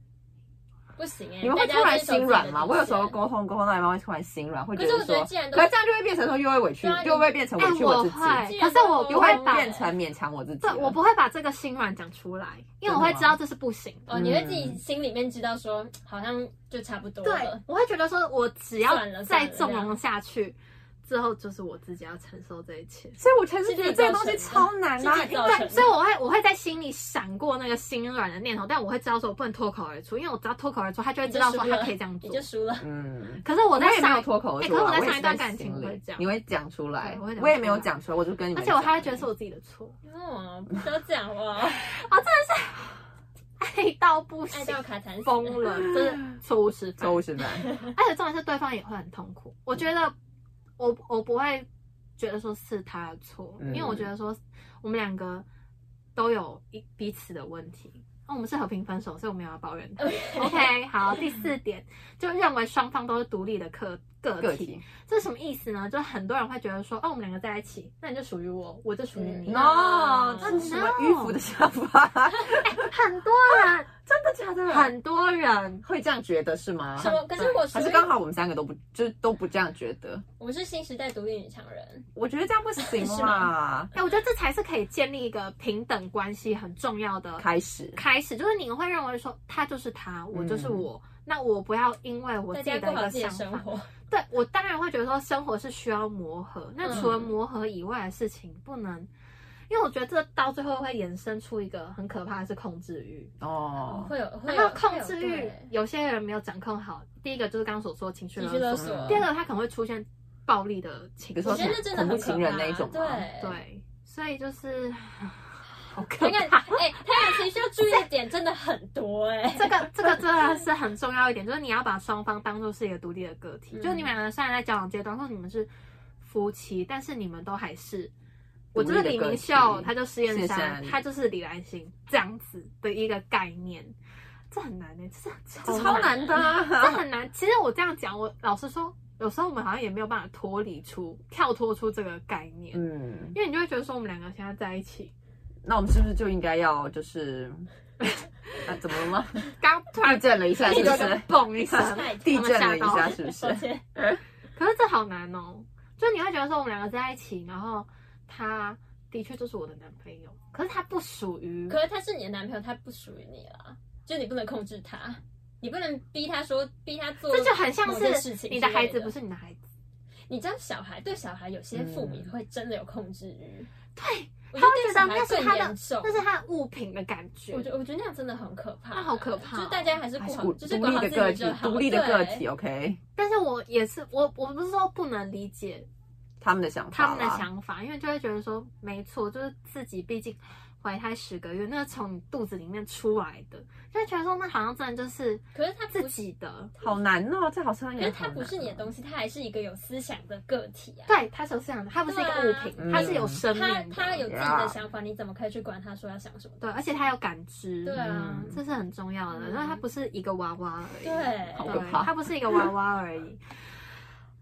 C: 不行哎、
B: 你们会
C: 大
B: 突
C: 家
B: 然
C: 遵守自
B: 心
C: 己
B: 软
C: 的
B: 吗？
C: 底
B: 我有时候
C: 线
B: 沟通沟通到一半会突然心软，会
C: 可
B: 觉得
C: 是我觉得
B: 说，
C: 既然都
B: 可是这样就会变成说又会委屈
C: 对啊，你
B: 又会变成委
A: 哎、
B: 屈
A: 我
B: 自己，
A: 会，可是我
B: 又
A: 不
B: 会
A: 会把
B: 变成勉强我自己
A: 对
B: 了。
A: 我不会把这个心软讲出来，因为我会知道这是不行的。
C: 哦，你会自己
A: 嗯
C: 心里面知道说，好像就差不多
A: 对
C: 了。，
A: 我会觉得说，我只
C: 算了
A: 要
C: 算
A: 再
C: 了
A: 纵容下去，之后就是我自己要承受这一切。
B: 所以我才是觉得
C: 是自己
B: 这个东西
C: 造
B: 超难
C: 是
B: 啊
C: 自，己
B: 因为
C: 造成
A: 对，
C: 的
A: 所以我会我会在心里闪过那个心软的念头，但我会知道说我不能脱口而出，因为我只要脱口而出，他就会知道说他可以这样
C: 你
A: 做。
C: 就输了。
B: 嗯。
A: 可是我
B: 我
A: 在
B: 也没
A: 想
B: 有，脱口而
A: 哎
B: 出
A: 可
B: 啊，
A: 是我在
B: 也
A: 上一段
B: 在
A: 感
B: 心
A: 情
B: 里
A: 会这样
B: 你会讲出来
A: 对我会，讲
B: 我也
A: 出
B: 没有
A: 来
B: 讲出来，我就跟你们
A: 而
B: 讲
A: 且
B: 而已，
A: 我还会觉得是我自己的错，
C: 哦，不要这样哇，
A: 爱到不
C: 爱
A: 行，
C: 到哎卡惨死。
A: 疯了，真 的错误示范。
B: 周是吧？
A: 而且重点是对方也会很痛苦。我觉得我我不会觉得说是他的错，
B: 嗯
A: 因为我觉得说我们两个都有一彼此的问题。那、我们是和平分手，所以我没有要抱怨他。OK，好，第四点就认为双方都是独立的个个体，
B: 个体
A: 这是什么意思呢？就很多人会觉得说，哦，我们两个在一起，那你就属于我，我就属于你。啊
C: 嗯
B: ，no，
C: No
B: 这是什么迂腐的想 法？
A: 很多人，
B: 真的假的？
A: 很多人，
B: 会这样觉得是吗？
C: 什么？可是我属
B: 还是
C: 于
B: 刚好我们三个都不，就是都不这样觉得。
C: 我是新时代独立女强人，
B: 我觉得这样不行
C: 是
B: 啦
A: 哎、，我觉得这才是可以建立一个平等关系很重要的
B: 开始
A: 开始，就是你会认为说他就是他，我就是我，那我不要因为我
C: 嗯大
A: 自
C: 家
A: 己的
C: 过
A: 一
C: 好
A: 个
C: 自己的
A: 想
C: 生
A: 法。
C: 活。
A: 对我当然会觉得说生活是需要磨合，那
C: 嗯
A: 除了磨合以外的事情不能，因为我觉得这到最后会衍生出一个很可怕的是控制欲，
B: 哦。
C: 会有会
A: 然
C: 有
A: 后控制
C: 会有
A: 欲
C: 对
A: 有些人没有掌控好，第一个就是刚刚所说的情绪
C: 情绪勒
A: 勒
C: 索
A: 索，
B: 嗯
A: 第二个他可能会出现暴力的情
B: 比
A: 绪
B: 如说，
C: 我觉得那真的
B: 恐怖
C: 很可
B: 情人
C: 怕
B: 那一种
C: 对
B: 吗
A: 对，所以就是好可
C: 他
A: 怕
C: 看。哎，他感情需要注意的点真的很多 哎。
A: 这个这个真的是很重要一点，就是你要把双方当做是一个独立的个体。
C: 嗯
A: 就是你们两个虽然在交往阶段，或你们是夫妻，但是你们都还是，
B: 独
A: 我
B: 立
A: 就
B: 的
A: 是
B: 个体
A: 李明秀，他就施
B: 谢
A: 燕
B: 谢
A: 珊，他就是李兰心这样子的一个概念。这很难呢、欸这这
B: 这
A: 这
B: 超
A: 超难
B: 难的
A: 的、
B: 啊
A: 这很难。其实我这样讲，我老实说，有时候我们好像也没有办法脱离出、跳脱出这个概念，
B: 嗯，
A: 因为你就会觉得说我们两个现在在一起，
B: 那我们是不是就应该 要就是，啊，怎么了吗？
A: 刚突
B: 地
A: 然
B: 震了一下，是
A: 地
B: 不？
A: 就是砰一声，
B: 地震了一
A: 他们吓
B: 下，
A: 到
B: 是不是？
C: 抱歉
A: 可是这好难哦，就你会觉得说我们两个在一起，然后他的确就是我的男朋友，可是他不属于，
C: 可是他是你的男朋友，他不属于你啦，就你不能控制他，你不能逼他说逼他做，
A: 这就很像
C: 某件事
A: 是
C: 情
A: 你的孩
C: 之
A: 子
C: 类的
A: 不是你的孩子，
C: 你知道小孩对小孩有些父母
B: 嗯
C: 会真的有控制欲，
A: 对，
C: 我
A: 他会
C: 对
A: 觉
C: 小
A: 得
C: 孩
A: 那是
C: 更
A: 他
C: 严
A: 的，
C: 重。
A: 那是他的物品的感觉
C: 我。觉我觉得那样真的很可怕，
A: 那好可怕哦
C: 就是大家还是
B: 还
C: 顾
B: 是
C: 好，
B: 独
C: 就是
B: 独
C: 管
B: 立
C: 好
B: 的
C: 自
B: 个
C: 己就
B: 体，
C: 好，
B: 独立的个
C: 对
B: 体。，OK，
A: 但是我也是，我我不是说不能理解
B: 他们的想法
A: 他
B: 啦，
A: 们的
C: 啊
A: 想法，因为就会觉得说，没错，就是自己毕竟怀胎十个月，那是从你肚子里面出来的，就会觉得说，那好像真的就是
C: 可是他不
A: 自
C: 是，
A: 己的，
B: 好难哦，这好像
C: 可
B: 也
C: 是
B: 好
C: 他
B: 难
C: 不是你的东西，他还是一个有思想的个体啊。
A: 对，他是这样的，他不是一个
C: 对
A: 物
C: 啊
A: 品，
B: 嗯
A: 他是有生命
C: 他
A: 的，
C: 他有自己
B: Yeah
C: 的想法，你怎么可以去管他说要想什么？
A: 对，而且他有感知，嗯
C: 对啊，
A: 这是很重要的。
C: 嗯
A: 那、它不是一个娃娃而已，
C: 对好
B: 可怕
A: 它不是一个娃娃而已。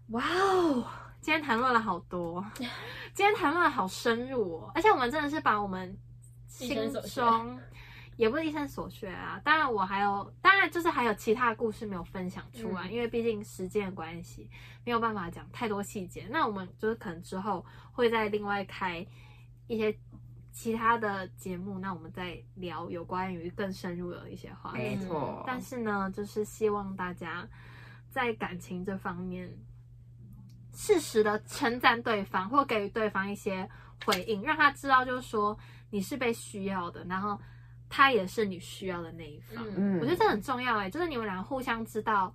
A: 哇哦，今天谈论了好 多，今天谈论的好深入哦，而且我们真的是把我们
C: 一
A: 心
C: 生所学
A: 中。也不是一生所学啊，当然我还有，当然就是还有其他的故事没有分享出来，
C: 嗯
A: 因为毕竟时间的关系，没有办法讲太多细节。那我们就是可能之后会再另外开一些其他的节目，那我们再聊有关于更深入的一些话
B: 没
C: 哎
A: 题。
B: 错，
A: 嗯但是呢，就是希望大家在感情这方面，适时的称赞对方，或给予对方一些回应，让他知道就是说你是被需要的，然后他也是你需要的那一方。
C: 嗯，
B: 嗯，
A: 我觉得这很重要哎、就是你们俩互相知道，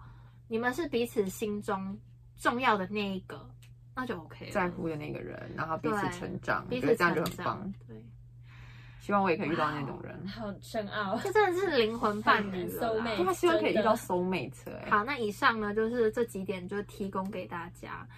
A: 你们是彼此心中重要的那一个，那就 OK 了。
B: 在乎的那个人，然后彼此
A: 对
B: 成长，我
A: 彼
B: 觉得
A: 此
B: 这样就
A: 成
B: 很
A: 长哦
B: 棒。。
A: 对，
B: 希望我也可以遇到那种人。
C: 好深奥。
A: 这真的是灵魂伴侣了
C: Soul
A: 啦。
C: mate
B: 对他希望可以遇
C: 真的
B: 到 soul mate 哎、
A: 好，那以上呢就是这几点，就提供给大家。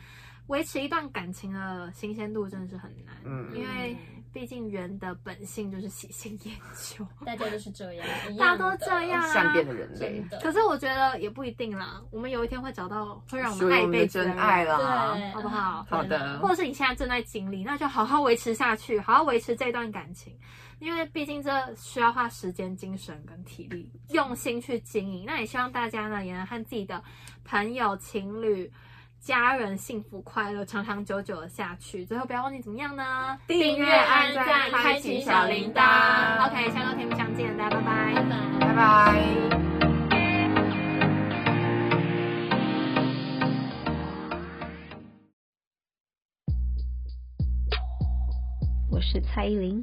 A: 维持一段感情的新鲜度真的是很难，
B: 嗯
A: 因为毕竟人的本性就是喜新厌旧，
C: 大家都是这样，一
A: 大家
C: 样
A: 都
C: 的
A: 这样
B: 善
A: 啊
B: 变。的人类
C: 真，的
A: 可是我觉得也不一定啦，我们有一天会找到会让我
B: 属
A: 们
B: 于
A: 爱
B: 我
A: 一
B: 们的
A: 辈子
B: 真
A: 人
B: 爱啦。
C: 对，
A: 啊好不好
B: 好的
A: 或者是你现在正在经历，那就好好维持下去，好好维持这段感情，因为毕竟这需要花时间、精神跟体力，用心去经营。那也希望大家呢，也能和自己的朋友、情侣、家人幸福快乐，长长久久的下去。最后不要忘记怎么样呢？
B: 订阅按赞开启小铃铛
A: OK，下周天不相见，大家拜
C: 拜
A: 拜。
C: 拜。
B: 拜拜。
D: 我是蔡依林。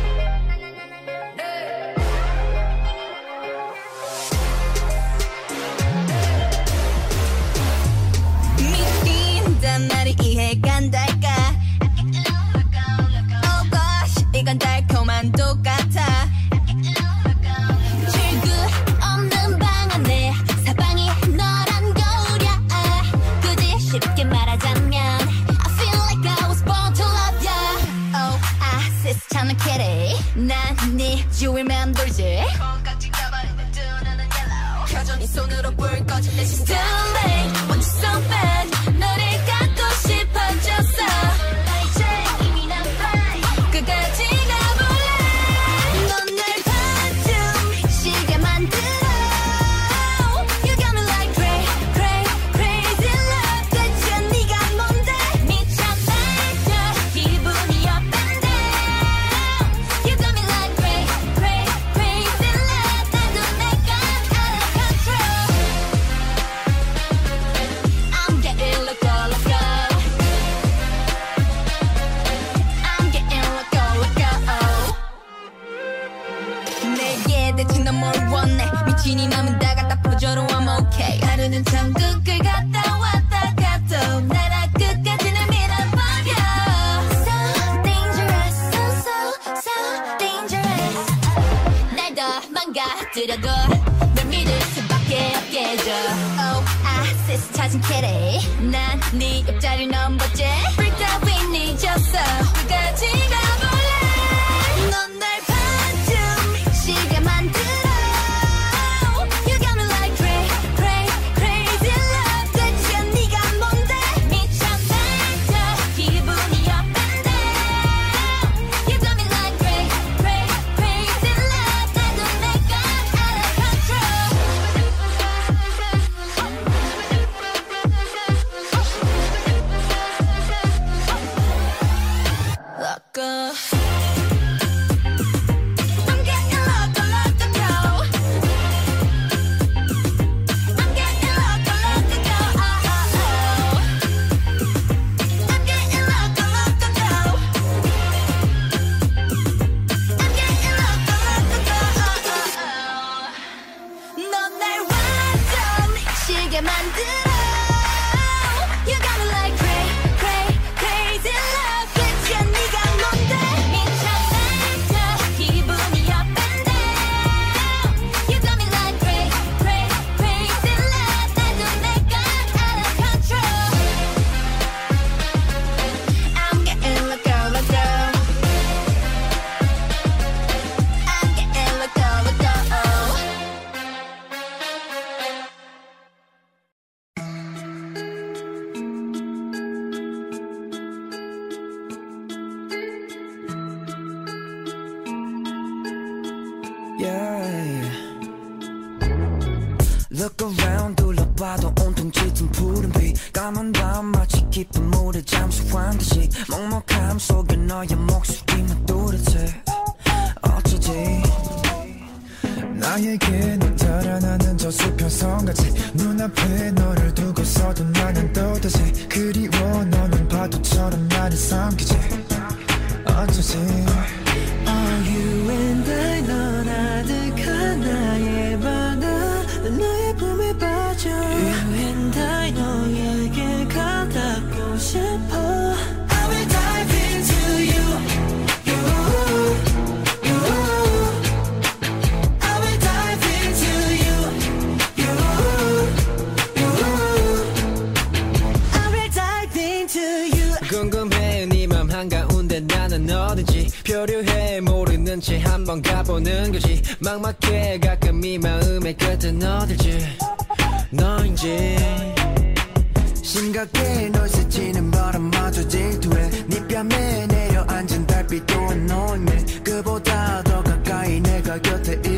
E: 믿긴단 말이 이해간달까 어거시 이건 달콤한 똑같아
F: 출구 없는 방 안에 사방이 너란 거울이야. 굳이 쉽게 말하자면 I feel like I was born to love ya. Oh, I see 참은 kitty. 난네 주위면 돌지. 이 손으로 불 꺼진 내 심장 Stomach, want you so bad 너를 갖고 싶어졌어 이제 이미 난 fine 끝까지 가볼래 넌날 반쯤시게 만들어 You got me like cray, cray, crazy love 대체 네가 뭔데 미쳐내줘 기분이 up and down You got me like cray, cray, crazy love 나도 내가 out of control I'm getting loco, loco. I'm getting loco, loco. 내게 대체 넌뭘 원해? 미친이 맘은 다 갖다 퍼져로 I'm okay. 하루는 천국을 갔다 왔다 가도 나라 끝까지 날 밀어버려. So dangerous, so so so dangerous. 날 더 망가뜨려도 널 믿을 수밖에 없게 해줘 Oh, I see 찾은 캐리 난네 옆자리 넘버지 Break that we need y o s o 끝까지 가볼래 넌날 반쯤 시계 만들어 You got me like cray, cray, crazy love 대체 네가 뭔데 미쳐내줘 기분이 up and down You got me like cray, cray, crazy love 나도 내가 out of control Loco I'm getting loco, loco, go I'm getting loco, loco, go Oh, oh, oh I'm getting loco, loco, go 넌날 완전 시계 만들어 You got me like cray, cray, crazy love 대체 네가 뭔데 미쳐내줘 기분이 up and down You got me like cray, cray, crazy love 나도 내가 out of control I'm getting loco, loco I'm getting loco, loco.
G: Yeah. Look around 둘러봐도 온통 짙은 푸른빛 까만 밤 마치 깊은 물에 잠수한 듯이 먹먹함 속에 너의 목소리만 뚜렷해 어쩌지 나에게는 달아나는 저수평선같이 눈앞에 너를 두고서도 나는 또다시 그리워 너는 파도처럼 나를 삼키지 네 서류해 모르는 채 한번 가보는 거지 막막해 가끔 이 마음의 끝은 어딜지 너인지 심각해 널 스치는 바람 마저 질투해 네 뺨에 내려앉은 달빛도 안 노이네 그보다 더 가까이 내가 곁에 그